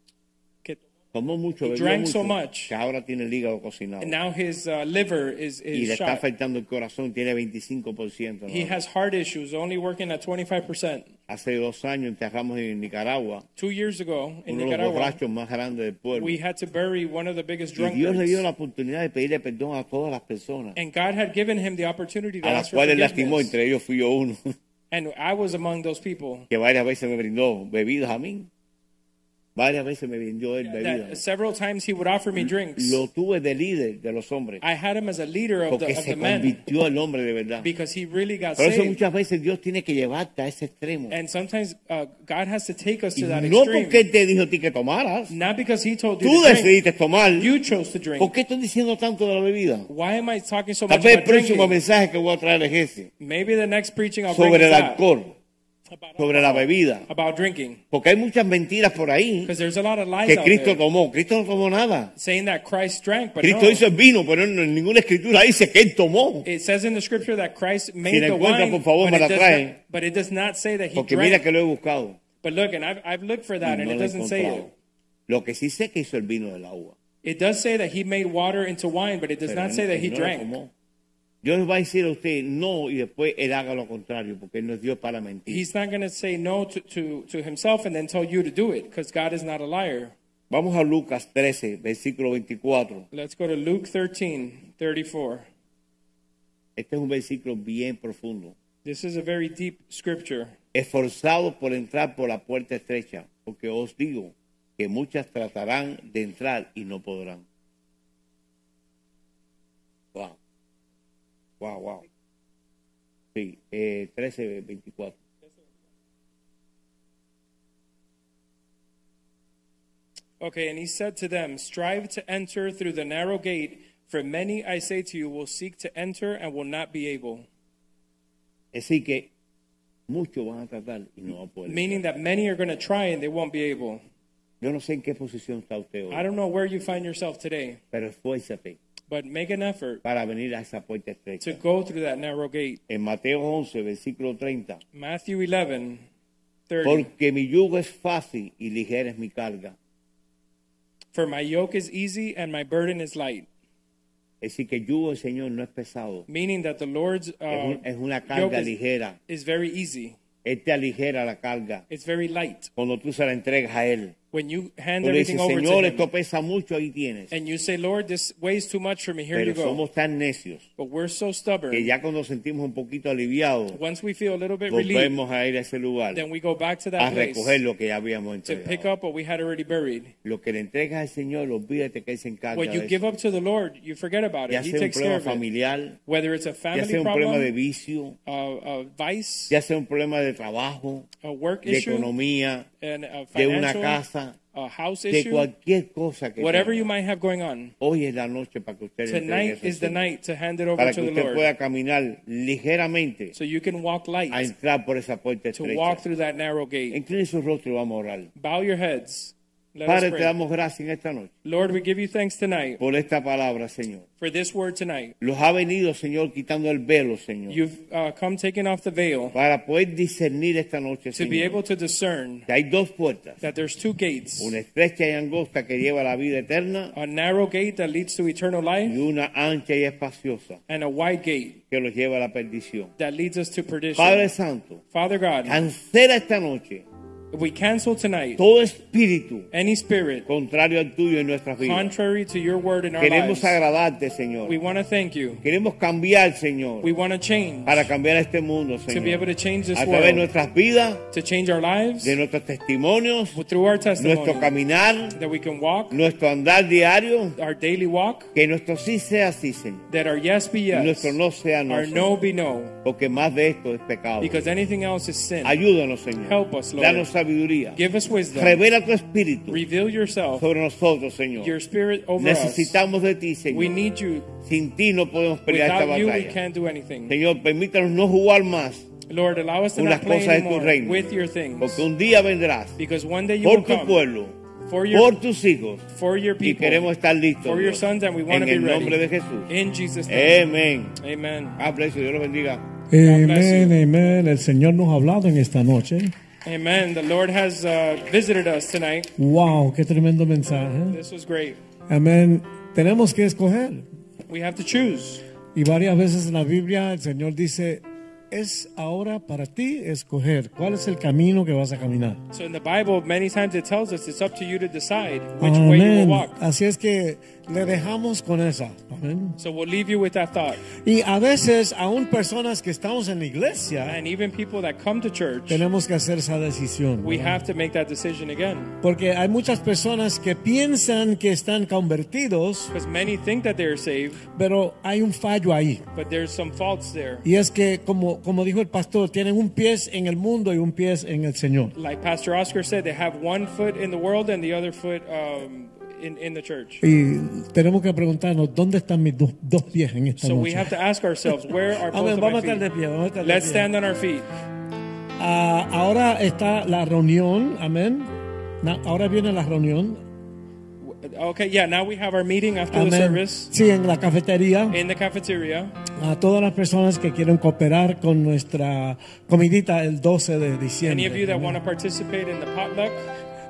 [SPEAKER 2] que-
[SPEAKER 1] Tomó mucho,
[SPEAKER 2] He
[SPEAKER 1] bebió
[SPEAKER 2] drank
[SPEAKER 1] mucho,
[SPEAKER 2] so much.
[SPEAKER 1] que ahora tiene el hígado cocinado.
[SPEAKER 2] And now his uh, liver is,
[SPEAKER 1] y
[SPEAKER 2] is
[SPEAKER 1] le está
[SPEAKER 2] shot.
[SPEAKER 1] afectando el corazón, tiene 25%. ¿no?
[SPEAKER 2] He has heart issues, only working at 25%.
[SPEAKER 1] Hace dos años enterramos en Nicaragua
[SPEAKER 2] Two years
[SPEAKER 1] uno
[SPEAKER 2] ago in
[SPEAKER 1] de los
[SPEAKER 2] Nicaragua,
[SPEAKER 1] borrachos más grandes del pueblo.
[SPEAKER 2] we had to bury one of the biggest
[SPEAKER 1] Y Dios le
[SPEAKER 2] drunkards.
[SPEAKER 1] dio la oportunidad de pedirle perdón a todas las personas,
[SPEAKER 2] And God had given him the opportunity to
[SPEAKER 1] a
[SPEAKER 2] ask
[SPEAKER 1] las
[SPEAKER 2] for
[SPEAKER 1] cuales lastimó,
[SPEAKER 2] forgiveness.
[SPEAKER 1] entre ellos fui yo uno,
[SPEAKER 2] And I was among those people.
[SPEAKER 1] que varias veces me brindó bebidas a mí. Varias veces me brindó él
[SPEAKER 2] That
[SPEAKER 1] bebidas.
[SPEAKER 2] several times he would offer me drinks.
[SPEAKER 1] Lo tuve de líder de los hombres,
[SPEAKER 2] I had him as a leader of
[SPEAKER 1] porque
[SPEAKER 2] the, of
[SPEAKER 1] se
[SPEAKER 2] the men
[SPEAKER 1] convirtió el hombre de verdad.
[SPEAKER 2] because he really got
[SPEAKER 1] Por eso
[SPEAKER 2] saved.
[SPEAKER 1] muchas veces Dios tiene que llevarte a ese extremo.
[SPEAKER 2] And sometimes uh, God has to take us
[SPEAKER 1] Y
[SPEAKER 2] to that
[SPEAKER 1] no
[SPEAKER 2] extreme.
[SPEAKER 1] porque Él te dijo a ti que tomaras,
[SPEAKER 2] Not because he told you
[SPEAKER 1] tú
[SPEAKER 2] to drink.
[SPEAKER 1] decidiste tomar.
[SPEAKER 2] You chose to drink.
[SPEAKER 1] ¿Por qué estoy diciendo tanto de la bebida?
[SPEAKER 2] Why am I talking so
[SPEAKER 1] Tal
[SPEAKER 2] much
[SPEAKER 1] vez el
[SPEAKER 2] about
[SPEAKER 1] próximo
[SPEAKER 2] drinking?
[SPEAKER 1] mensaje que voy a traer es ese,
[SPEAKER 2] Maybe the next preaching I'll bring
[SPEAKER 1] sobre
[SPEAKER 2] is
[SPEAKER 1] el
[SPEAKER 2] that,
[SPEAKER 1] alcohol,
[SPEAKER 2] about,
[SPEAKER 1] sobre la bebida.
[SPEAKER 2] about drinking.
[SPEAKER 1] Porque hay muchas mentiras por ahí
[SPEAKER 2] Because there's a lot of lies
[SPEAKER 1] que
[SPEAKER 2] out
[SPEAKER 1] Cristo
[SPEAKER 2] there
[SPEAKER 1] tomó. Cristo no tomó nada.
[SPEAKER 2] saying that Christ drank, but
[SPEAKER 1] Cristo
[SPEAKER 2] no.
[SPEAKER 1] hizo el vino, pero en ninguna escritura dice que Él tomó.
[SPEAKER 2] It says in the scripture that Christ made
[SPEAKER 1] la
[SPEAKER 2] the
[SPEAKER 1] encuentran, por
[SPEAKER 2] wine,
[SPEAKER 1] favor,
[SPEAKER 2] but,
[SPEAKER 1] me
[SPEAKER 2] it
[SPEAKER 1] la
[SPEAKER 2] does
[SPEAKER 1] traen.
[SPEAKER 2] not, but it does not say that he
[SPEAKER 1] Porque
[SPEAKER 2] drank.
[SPEAKER 1] mira que lo he buscado.
[SPEAKER 2] But look, and I've, I've looked for that,
[SPEAKER 1] y no
[SPEAKER 2] and it
[SPEAKER 1] lo he
[SPEAKER 2] doesn't say
[SPEAKER 1] encontrado.
[SPEAKER 2] it.
[SPEAKER 1] Lo que sí sé que hizo el vino del agua.
[SPEAKER 2] It does say that he made water into wine, but it does
[SPEAKER 1] pero
[SPEAKER 2] not
[SPEAKER 1] él-
[SPEAKER 2] say that
[SPEAKER 1] él
[SPEAKER 2] he
[SPEAKER 1] no lo
[SPEAKER 2] drank.
[SPEAKER 1] tomó. Dios va a decir a usted no y después él haga lo contrario, porque él no es Dios para mentir.
[SPEAKER 2] He's not going to say no to, to, to himself and then tell you to do it, because God is not a liar.
[SPEAKER 1] Vamos a Lucas 13, versículo 24.
[SPEAKER 2] Let's go to Luke 13, 34.
[SPEAKER 1] Este es un versículo bien profundo.
[SPEAKER 2] This is a very deep scripture.
[SPEAKER 1] Esforzados por entrar por la puerta estrecha, porque os digo que muchas tratarán de entrar y no podrán. Wow. Wow, wow. Sí, eh, 13, 24.
[SPEAKER 2] Okay, and he said to them, Strive to enter through the narrow gate, for many, I say to you, will seek to enter and will not be able.
[SPEAKER 1] Es decir, que muchos van a tratar y no van a poder.
[SPEAKER 2] Meaning that many are going to try and they won't be able.
[SPEAKER 1] Yo no sé en qué posición está usted
[SPEAKER 2] I
[SPEAKER 1] hoy,
[SPEAKER 2] don't know where you find yourself today,
[SPEAKER 1] pero esfuérzate
[SPEAKER 2] but make an effort
[SPEAKER 1] para venir a esa puerta estrecha.
[SPEAKER 2] to go through that narrow gate.
[SPEAKER 1] En Mateo 11, versículo 30.
[SPEAKER 2] Matthew 11, 30.
[SPEAKER 1] Porque mi yugo es fácil y ligera es mi carga.
[SPEAKER 2] For my yoke is easy and my burden is light.
[SPEAKER 1] Es decir, que el yugo del Señor no es pesado.
[SPEAKER 2] Meaning that the Lord's
[SPEAKER 1] Es,
[SPEAKER 2] uh,
[SPEAKER 1] un- es una
[SPEAKER 2] yoke
[SPEAKER 1] carga
[SPEAKER 2] is,
[SPEAKER 1] ligera.
[SPEAKER 2] is very easy.
[SPEAKER 1] Él te aligera la carga
[SPEAKER 2] It's very light.
[SPEAKER 1] cuando tú se la entregas a Él.
[SPEAKER 2] When you hand
[SPEAKER 1] Tú le dices,
[SPEAKER 2] everything over
[SPEAKER 1] Señor,
[SPEAKER 2] to him
[SPEAKER 1] esto pesa mucho, ahí tienes.
[SPEAKER 2] and you say, Lord, this weighs too much for me, here you
[SPEAKER 1] Pero
[SPEAKER 2] go.
[SPEAKER 1] somos tan necios
[SPEAKER 2] But we're so
[SPEAKER 1] que
[SPEAKER 2] stubborn.
[SPEAKER 1] ya cuando sentimos un poquito aliviados,
[SPEAKER 2] Once we feel a little bit relieved,
[SPEAKER 1] volvemos a ir a ese lugar
[SPEAKER 2] then we go back to
[SPEAKER 1] a
[SPEAKER 2] that
[SPEAKER 1] recoger
[SPEAKER 2] place
[SPEAKER 1] lo que ya habíamos
[SPEAKER 2] to pick
[SPEAKER 1] entregado.
[SPEAKER 2] up what we had already buried.
[SPEAKER 1] Lo que le entregas al Señor, olvídate que Él se encarga
[SPEAKER 2] When you
[SPEAKER 1] de
[SPEAKER 2] give
[SPEAKER 1] eso.
[SPEAKER 2] up to the Lord, you forget about
[SPEAKER 1] Ya
[SPEAKER 2] it. He
[SPEAKER 1] sea un
[SPEAKER 2] takes care
[SPEAKER 1] problema
[SPEAKER 2] of it.
[SPEAKER 1] familiar,
[SPEAKER 2] Whether it's a
[SPEAKER 1] ya
[SPEAKER 2] family
[SPEAKER 1] sea un problema de
[SPEAKER 2] problem,
[SPEAKER 1] vicio,
[SPEAKER 2] a, a vice,
[SPEAKER 1] ya sea un problema de trabajo,
[SPEAKER 2] a work
[SPEAKER 1] de
[SPEAKER 2] issue,
[SPEAKER 1] economía,
[SPEAKER 2] and a
[SPEAKER 1] de una
[SPEAKER 2] financial,
[SPEAKER 1] casa,
[SPEAKER 2] a house
[SPEAKER 1] de
[SPEAKER 2] issue,
[SPEAKER 1] cualquier cosa que
[SPEAKER 2] whatever
[SPEAKER 1] tenga.
[SPEAKER 2] you might have going on.
[SPEAKER 1] Hoy es la noche para que usted le entregue
[SPEAKER 2] Tonight
[SPEAKER 1] eso al
[SPEAKER 2] is the
[SPEAKER 1] Señor,
[SPEAKER 2] night to hand it over
[SPEAKER 1] para
[SPEAKER 2] to
[SPEAKER 1] que
[SPEAKER 2] the
[SPEAKER 1] usted
[SPEAKER 2] Lord.
[SPEAKER 1] pueda caminar ligeramente
[SPEAKER 2] So you can walk
[SPEAKER 1] a
[SPEAKER 2] light
[SPEAKER 1] entrar por esa puerta
[SPEAKER 2] to walk
[SPEAKER 1] estrecha.
[SPEAKER 2] through that narrow gate.
[SPEAKER 1] Incline su rostro y vamos a orar.
[SPEAKER 2] Bow your heads. Let us
[SPEAKER 1] Padre, te
[SPEAKER 2] pray.
[SPEAKER 1] damos gracias en esta noche
[SPEAKER 2] Lord, we give you thanks tonight
[SPEAKER 1] por esta palabra, Señor.
[SPEAKER 2] for this word tonight.
[SPEAKER 1] Los ha venido, Señor, quitando el velo, Señor,
[SPEAKER 2] You've uh, come taking off the veil
[SPEAKER 1] para poder discernir esta noche,
[SPEAKER 2] to be
[SPEAKER 1] Señor,
[SPEAKER 2] able to discern
[SPEAKER 1] que hay dos puertas.
[SPEAKER 2] that there's two gates
[SPEAKER 1] Una estrecha y angosta que lleva a la vida eterna
[SPEAKER 2] a narrow gate that leads to eternal
[SPEAKER 1] y
[SPEAKER 2] life,
[SPEAKER 1] una ancha y espaciosa
[SPEAKER 2] and a wide gate
[SPEAKER 1] que los lleva a la perdición.
[SPEAKER 2] that leads us to
[SPEAKER 1] Padre
[SPEAKER 2] perdition.
[SPEAKER 1] Santo,
[SPEAKER 2] Father God,
[SPEAKER 1] cancela esta noche
[SPEAKER 2] we cancel tonight
[SPEAKER 1] todo espíritu
[SPEAKER 2] any spirit
[SPEAKER 1] contrario al tuyo en nuestras vidas.
[SPEAKER 2] contrary to your word in our
[SPEAKER 1] Queremos
[SPEAKER 2] lives.
[SPEAKER 1] agradarte,
[SPEAKER 2] We
[SPEAKER 1] Señor.
[SPEAKER 2] want to thank you.
[SPEAKER 1] Queremos cambiar,
[SPEAKER 2] We
[SPEAKER 1] Señor,
[SPEAKER 2] want to change
[SPEAKER 1] para cambiar este mundo,
[SPEAKER 2] to be
[SPEAKER 1] Señor.
[SPEAKER 2] able to change this
[SPEAKER 1] A través de
[SPEAKER 2] world,
[SPEAKER 1] nuestras vidas,
[SPEAKER 2] to change our lives
[SPEAKER 1] de nuestros testimonios,
[SPEAKER 2] through our
[SPEAKER 1] nuestro
[SPEAKER 2] testimony,
[SPEAKER 1] caminar,
[SPEAKER 2] that we can walk
[SPEAKER 1] nuestro andar diario,
[SPEAKER 2] our daily walk,
[SPEAKER 1] que nuestro sí sea sí, Señor,
[SPEAKER 2] that our yes be
[SPEAKER 1] y
[SPEAKER 2] yes,
[SPEAKER 1] nuestro no sea no,
[SPEAKER 2] our
[SPEAKER 1] Señor,
[SPEAKER 2] no be no,
[SPEAKER 1] porque más de esto es pecado.
[SPEAKER 2] because anything else is sin.
[SPEAKER 1] Ayúdanos, Señor.
[SPEAKER 2] Help us, Lord.
[SPEAKER 1] Danos sabiduría.
[SPEAKER 2] Give us wisdom.
[SPEAKER 1] Revela tu espíritu
[SPEAKER 2] Reveal yourself,
[SPEAKER 1] sobre nosotros, Señor.
[SPEAKER 2] your spirit over us.
[SPEAKER 1] Necesitamos de ti,
[SPEAKER 2] We
[SPEAKER 1] Señor.
[SPEAKER 2] need you.
[SPEAKER 1] Sin ti no podemos pelear esta
[SPEAKER 2] Without you, we
[SPEAKER 1] batalla.
[SPEAKER 2] can't do anything.
[SPEAKER 1] Señor, permítanos no jugar más
[SPEAKER 2] Lord, allow us to
[SPEAKER 1] con las
[SPEAKER 2] not play
[SPEAKER 1] cosas de tu
[SPEAKER 2] anymore
[SPEAKER 1] reino.
[SPEAKER 2] with your
[SPEAKER 1] Porque
[SPEAKER 2] things,
[SPEAKER 1] un día vendrás
[SPEAKER 2] because one day you will
[SPEAKER 1] por tu
[SPEAKER 2] come
[SPEAKER 1] pueblo,
[SPEAKER 2] for your
[SPEAKER 1] por tus hijos.
[SPEAKER 2] for your
[SPEAKER 1] Y queremos
[SPEAKER 2] people,
[SPEAKER 1] estar listos.
[SPEAKER 2] for your
[SPEAKER 1] Dios.
[SPEAKER 2] sons, and we
[SPEAKER 1] En
[SPEAKER 2] want to be
[SPEAKER 1] el nombre de
[SPEAKER 2] ready.
[SPEAKER 1] Jesús.
[SPEAKER 2] In Jesus' name,
[SPEAKER 1] Amén.
[SPEAKER 2] Amen.
[SPEAKER 1] Ah, bless you. Dios los bendiga.
[SPEAKER 2] God bless
[SPEAKER 3] Amén, amén. El Señor nos ha hablado en esta noche.
[SPEAKER 2] Amen. The Lord has uh, visited us tonight.
[SPEAKER 3] Wow, qué tremendo mensaje.
[SPEAKER 2] This was great.
[SPEAKER 3] Amén. Tenemos que escoger.
[SPEAKER 2] We have to choose.
[SPEAKER 3] Y varias veces en la Biblia el Señor dice, es ahora para ti escoger cuál es el camino que vas a caminar.
[SPEAKER 2] So in the Bible, many times it tells us it's up to you to decide which way you will
[SPEAKER 3] Amén.
[SPEAKER 2] walk.
[SPEAKER 3] Así es que le dejamos con esa. Amén.
[SPEAKER 2] So we'll leave you with that thought.
[SPEAKER 3] Y a veces, aún personas que estamos en la iglesia,
[SPEAKER 2] And even people that come to church,
[SPEAKER 3] tenemos que hacer esa decisión.
[SPEAKER 2] we
[SPEAKER 3] ¿verdad?
[SPEAKER 2] have to make that decision again.
[SPEAKER 3] Porque hay muchas personas que piensan que están convertidos,
[SPEAKER 2] Because many think that they're saved,
[SPEAKER 3] pero hay un fallo ahí.
[SPEAKER 2] but there's some faults there.
[SPEAKER 3] Y es que, como, como dijo el pastor, tienen un pie en el mundo y un pie en el Señor.
[SPEAKER 2] Like Pastor Oscar said, they have one foot in the world and the other foot um, in, in the church.
[SPEAKER 3] Y tenemos que preguntarnos, ¿dónde están mis dos, dos pies en esta
[SPEAKER 2] So we
[SPEAKER 3] noche?
[SPEAKER 2] have to ask ourselves, where are both
[SPEAKER 3] Amén,
[SPEAKER 2] of
[SPEAKER 3] vamos a
[SPEAKER 2] my
[SPEAKER 3] estar de
[SPEAKER 2] feet?
[SPEAKER 3] pie, vamos a estar de
[SPEAKER 2] Let's
[SPEAKER 3] pie.
[SPEAKER 2] stand on our feet.
[SPEAKER 3] Ah, ahora está la reunión, amén. Na- ahora viene la reunión,
[SPEAKER 2] Okay, yeah, now we have our meeting after the
[SPEAKER 3] amén.
[SPEAKER 2] service
[SPEAKER 3] Sí, en la cafetería.
[SPEAKER 2] in the cafeteria.
[SPEAKER 3] A todas las personas que quieren cooperar con nuestra comidita el 12 de
[SPEAKER 2] Any of you
[SPEAKER 3] diciembre.
[SPEAKER 2] that want to participate in the potluck,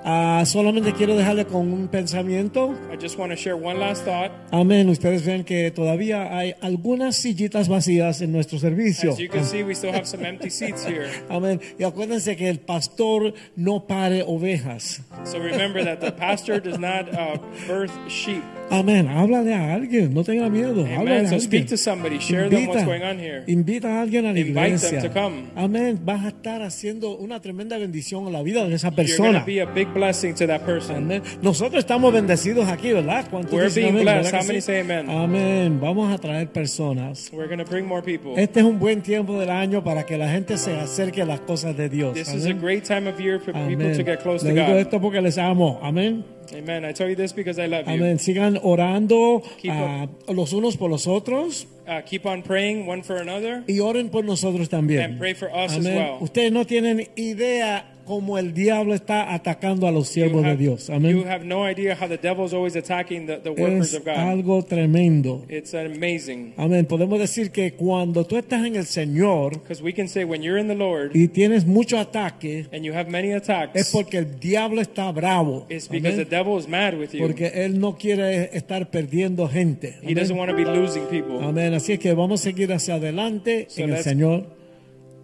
[SPEAKER 3] Ah, solamente quiero dejarle con un pensamiento.
[SPEAKER 2] I just want to share one last thought.
[SPEAKER 3] Amén. Ustedes ven que todavía hay algunas sillitas vacías en nuestro servicio.
[SPEAKER 2] As you can see, we still have some empty seats here.
[SPEAKER 3] Amén. Y acuérdense que el pastor no pare ovejas.
[SPEAKER 2] So remember that the pastor does not uh, birth sheep.
[SPEAKER 3] Amén. Háblale a alguien. No tenga miedo. Háblale
[SPEAKER 2] Amen.
[SPEAKER 3] a
[SPEAKER 2] So
[SPEAKER 3] alguien.
[SPEAKER 2] speak to somebody. Share them what's going on here.
[SPEAKER 3] invita a alguien a la
[SPEAKER 2] Invite them
[SPEAKER 3] iglesia.
[SPEAKER 2] to come.
[SPEAKER 3] Amén. Vas a estar haciendo una tremenda bendición a la vida de esa
[SPEAKER 2] You're going to
[SPEAKER 3] persona.
[SPEAKER 2] be a big blessing to that person.
[SPEAKER 3] Amén. Nosotros estamos bendecidos aquí, ¿verdad? ¿Cuántos
[SPEAKER 2] We're
[SPEAKER 3] dicen
[SPEAKER 2] being
[SPEAKER 3] amén?
[SPEAKER 2] blessed.
[SPEAKER 3] ¿Verdad que
[SPEAKER 2] How many
[SPEAKER 3] sí?
[SPEAKER 2] say amen?
[SPEAKER 3] Amén. Vamos a traer personas.
[SPEAKER 2] We're going to bring more people.
[SPEAKER 3] Este es un buen tiempo del año para que la gente se acerque a las cosas de Dios.
[SPEAKER 2] This
[SPEAKER 3] Amén.
[SPEAKER 2] is a great time of year for people
[SPEAKER 3] Amén.
[SPEAKER 2] to get close
[SPEAKER 3] Le
[SPEAKER 2] to
[SPEAKER 3] digo
[SPEAKER 2] God.
[SPEAKER 3] esto porque les amo. Amén.
[SPEAKER 2] Amen. I tell you this because I love you.
[SPEAKER 3] Amén. Sigan orando
[SPEAKER 2] Keep
[SPEAKER 3] ah, los unos por los otros
[SPEAKER 2] Uh, keep on praying one for another.
[SPEAKER 3] y oren por nosotros también.
[SPEAKER 2] And pray for us as
[SPEAKER 3] Amén.
[SPEAKER 2] well.
[SPEAKER 3] Ustedes no tienen idea cómo el diablo está atacando a los
[SPEAKER 2] You
[SPEAKER 3] siervos
[SPEAKER 2] have,
[SPEAKER 3] de Dios.
[SPEAKER 2] you
[SPEAKER 3] Amén.
[SPEAKER 2] have no idea how the devil is always attacking the, the workers
[SPEAKER 3] Es
[SPEAKER 2] of God.
[SPEAKER 3] algo tremendo.
[SPEAKER 2] It's amazing.
[SPEAKER 3] Amén. Podemos decir que cuando tú estás en el Señor
[SPEAKER 2] Because we can say when you're in the Lord
[SPEAKER 3] y tienes mucho ataque,
[SPEAKER 2] and you have many
[SPEAKER 3] es
[SPEAKER 2] attacks,
[SPEAKER 3] porque el diablo está bravo.
[SPEAKER 2] it's because the
[SPEAKER 3] Amén.
[SPEAKER 2] devil is mad with you.
[SPEAKER 3] Porque él no quiere estar perdiendo gente.
[SPEAKER 2] He
[SPEAKER 3] Amén.
[SPEAKER 2] doesn't want to be losing people.
[SPEAKER 3] Amén. Así es que vamos a seguir hacia adelante
[SPEAKER 2] So
[SPEAKER 3] en el
[SPEAKER 2] let's-
[SPEAKER 3] Señor.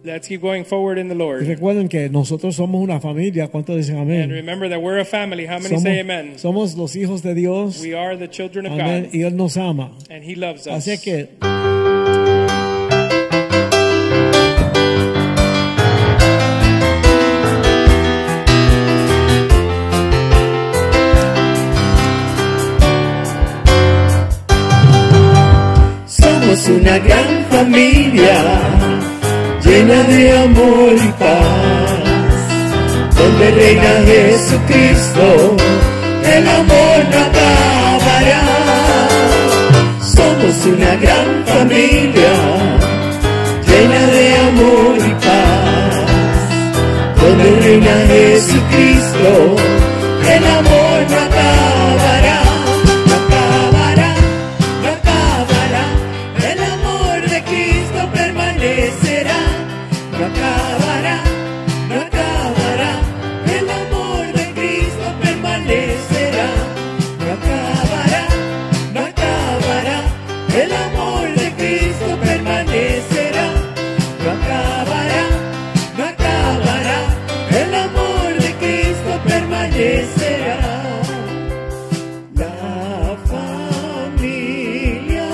[SPEAKER 2] Let's keep going forward in the
[SPEAKER 3] Y
[SPEAKER 2] Lord.
[SPEAKER 3] recuerden que nosotros somos una familia. ¿Cuántos dicen
[SPEAKER 2] And
[SPEAKER 3] amén?
[SPEAKER 2] remember that we're a family. How many
[SPEAKER 3] Somos,
[SPEAKER 2] say amen?
[SPEAKER 3] somos los hijos de Dios.
[SPEAKER 2] We are the children of
[SPEAKER 3] Amén.
[SPEAKER 2] God,
[SPEAKER 3] Y Él nos ama.
[SPEAKER 2] and He loves us.
[SPEAKER 3] Así es que
[SPEAKER 4] Somos una gran familia llena de amor y paz, donde reina Jesucristo, el amor no acabará. Somos una gran familia llena de amor y paz, donde reina Jesucristo, el amor no acabará, no acabará, no acabará, el amor de Cristo permanecerá, no acabará, no acabará, el amor de Cristo permanecerá, no acabará, no acabará, el amor de Cristo permanecerá, no acabará, no acabará, el amor de Cristo permanecerá. La familia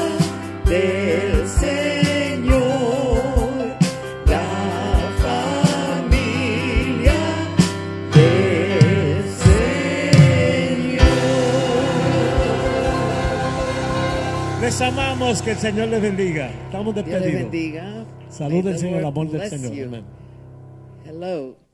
[SPEAKER 4] del Señor, la familia del Señor.
[SPEAKER 3] les amamos. Que el Señor les bendiga. Estamos
[SPEAKER 4] Dios les
[SPEAKER 3] despedidos.
[SPEAKER 4] bendiga. May
[SPEAKER 3] Salud
[SPEAKER 4] the
[SPEAKER 3] del Señor, el
[SPEAKER 4] Lord
[SPEAKER 3] amor del
[SPEAKER 4] bless
[SPEAKER 3] Señor.
[SPEAKER 4] you.
[SPEAKER 3] Amén.
[SPEAKER 4] Hello.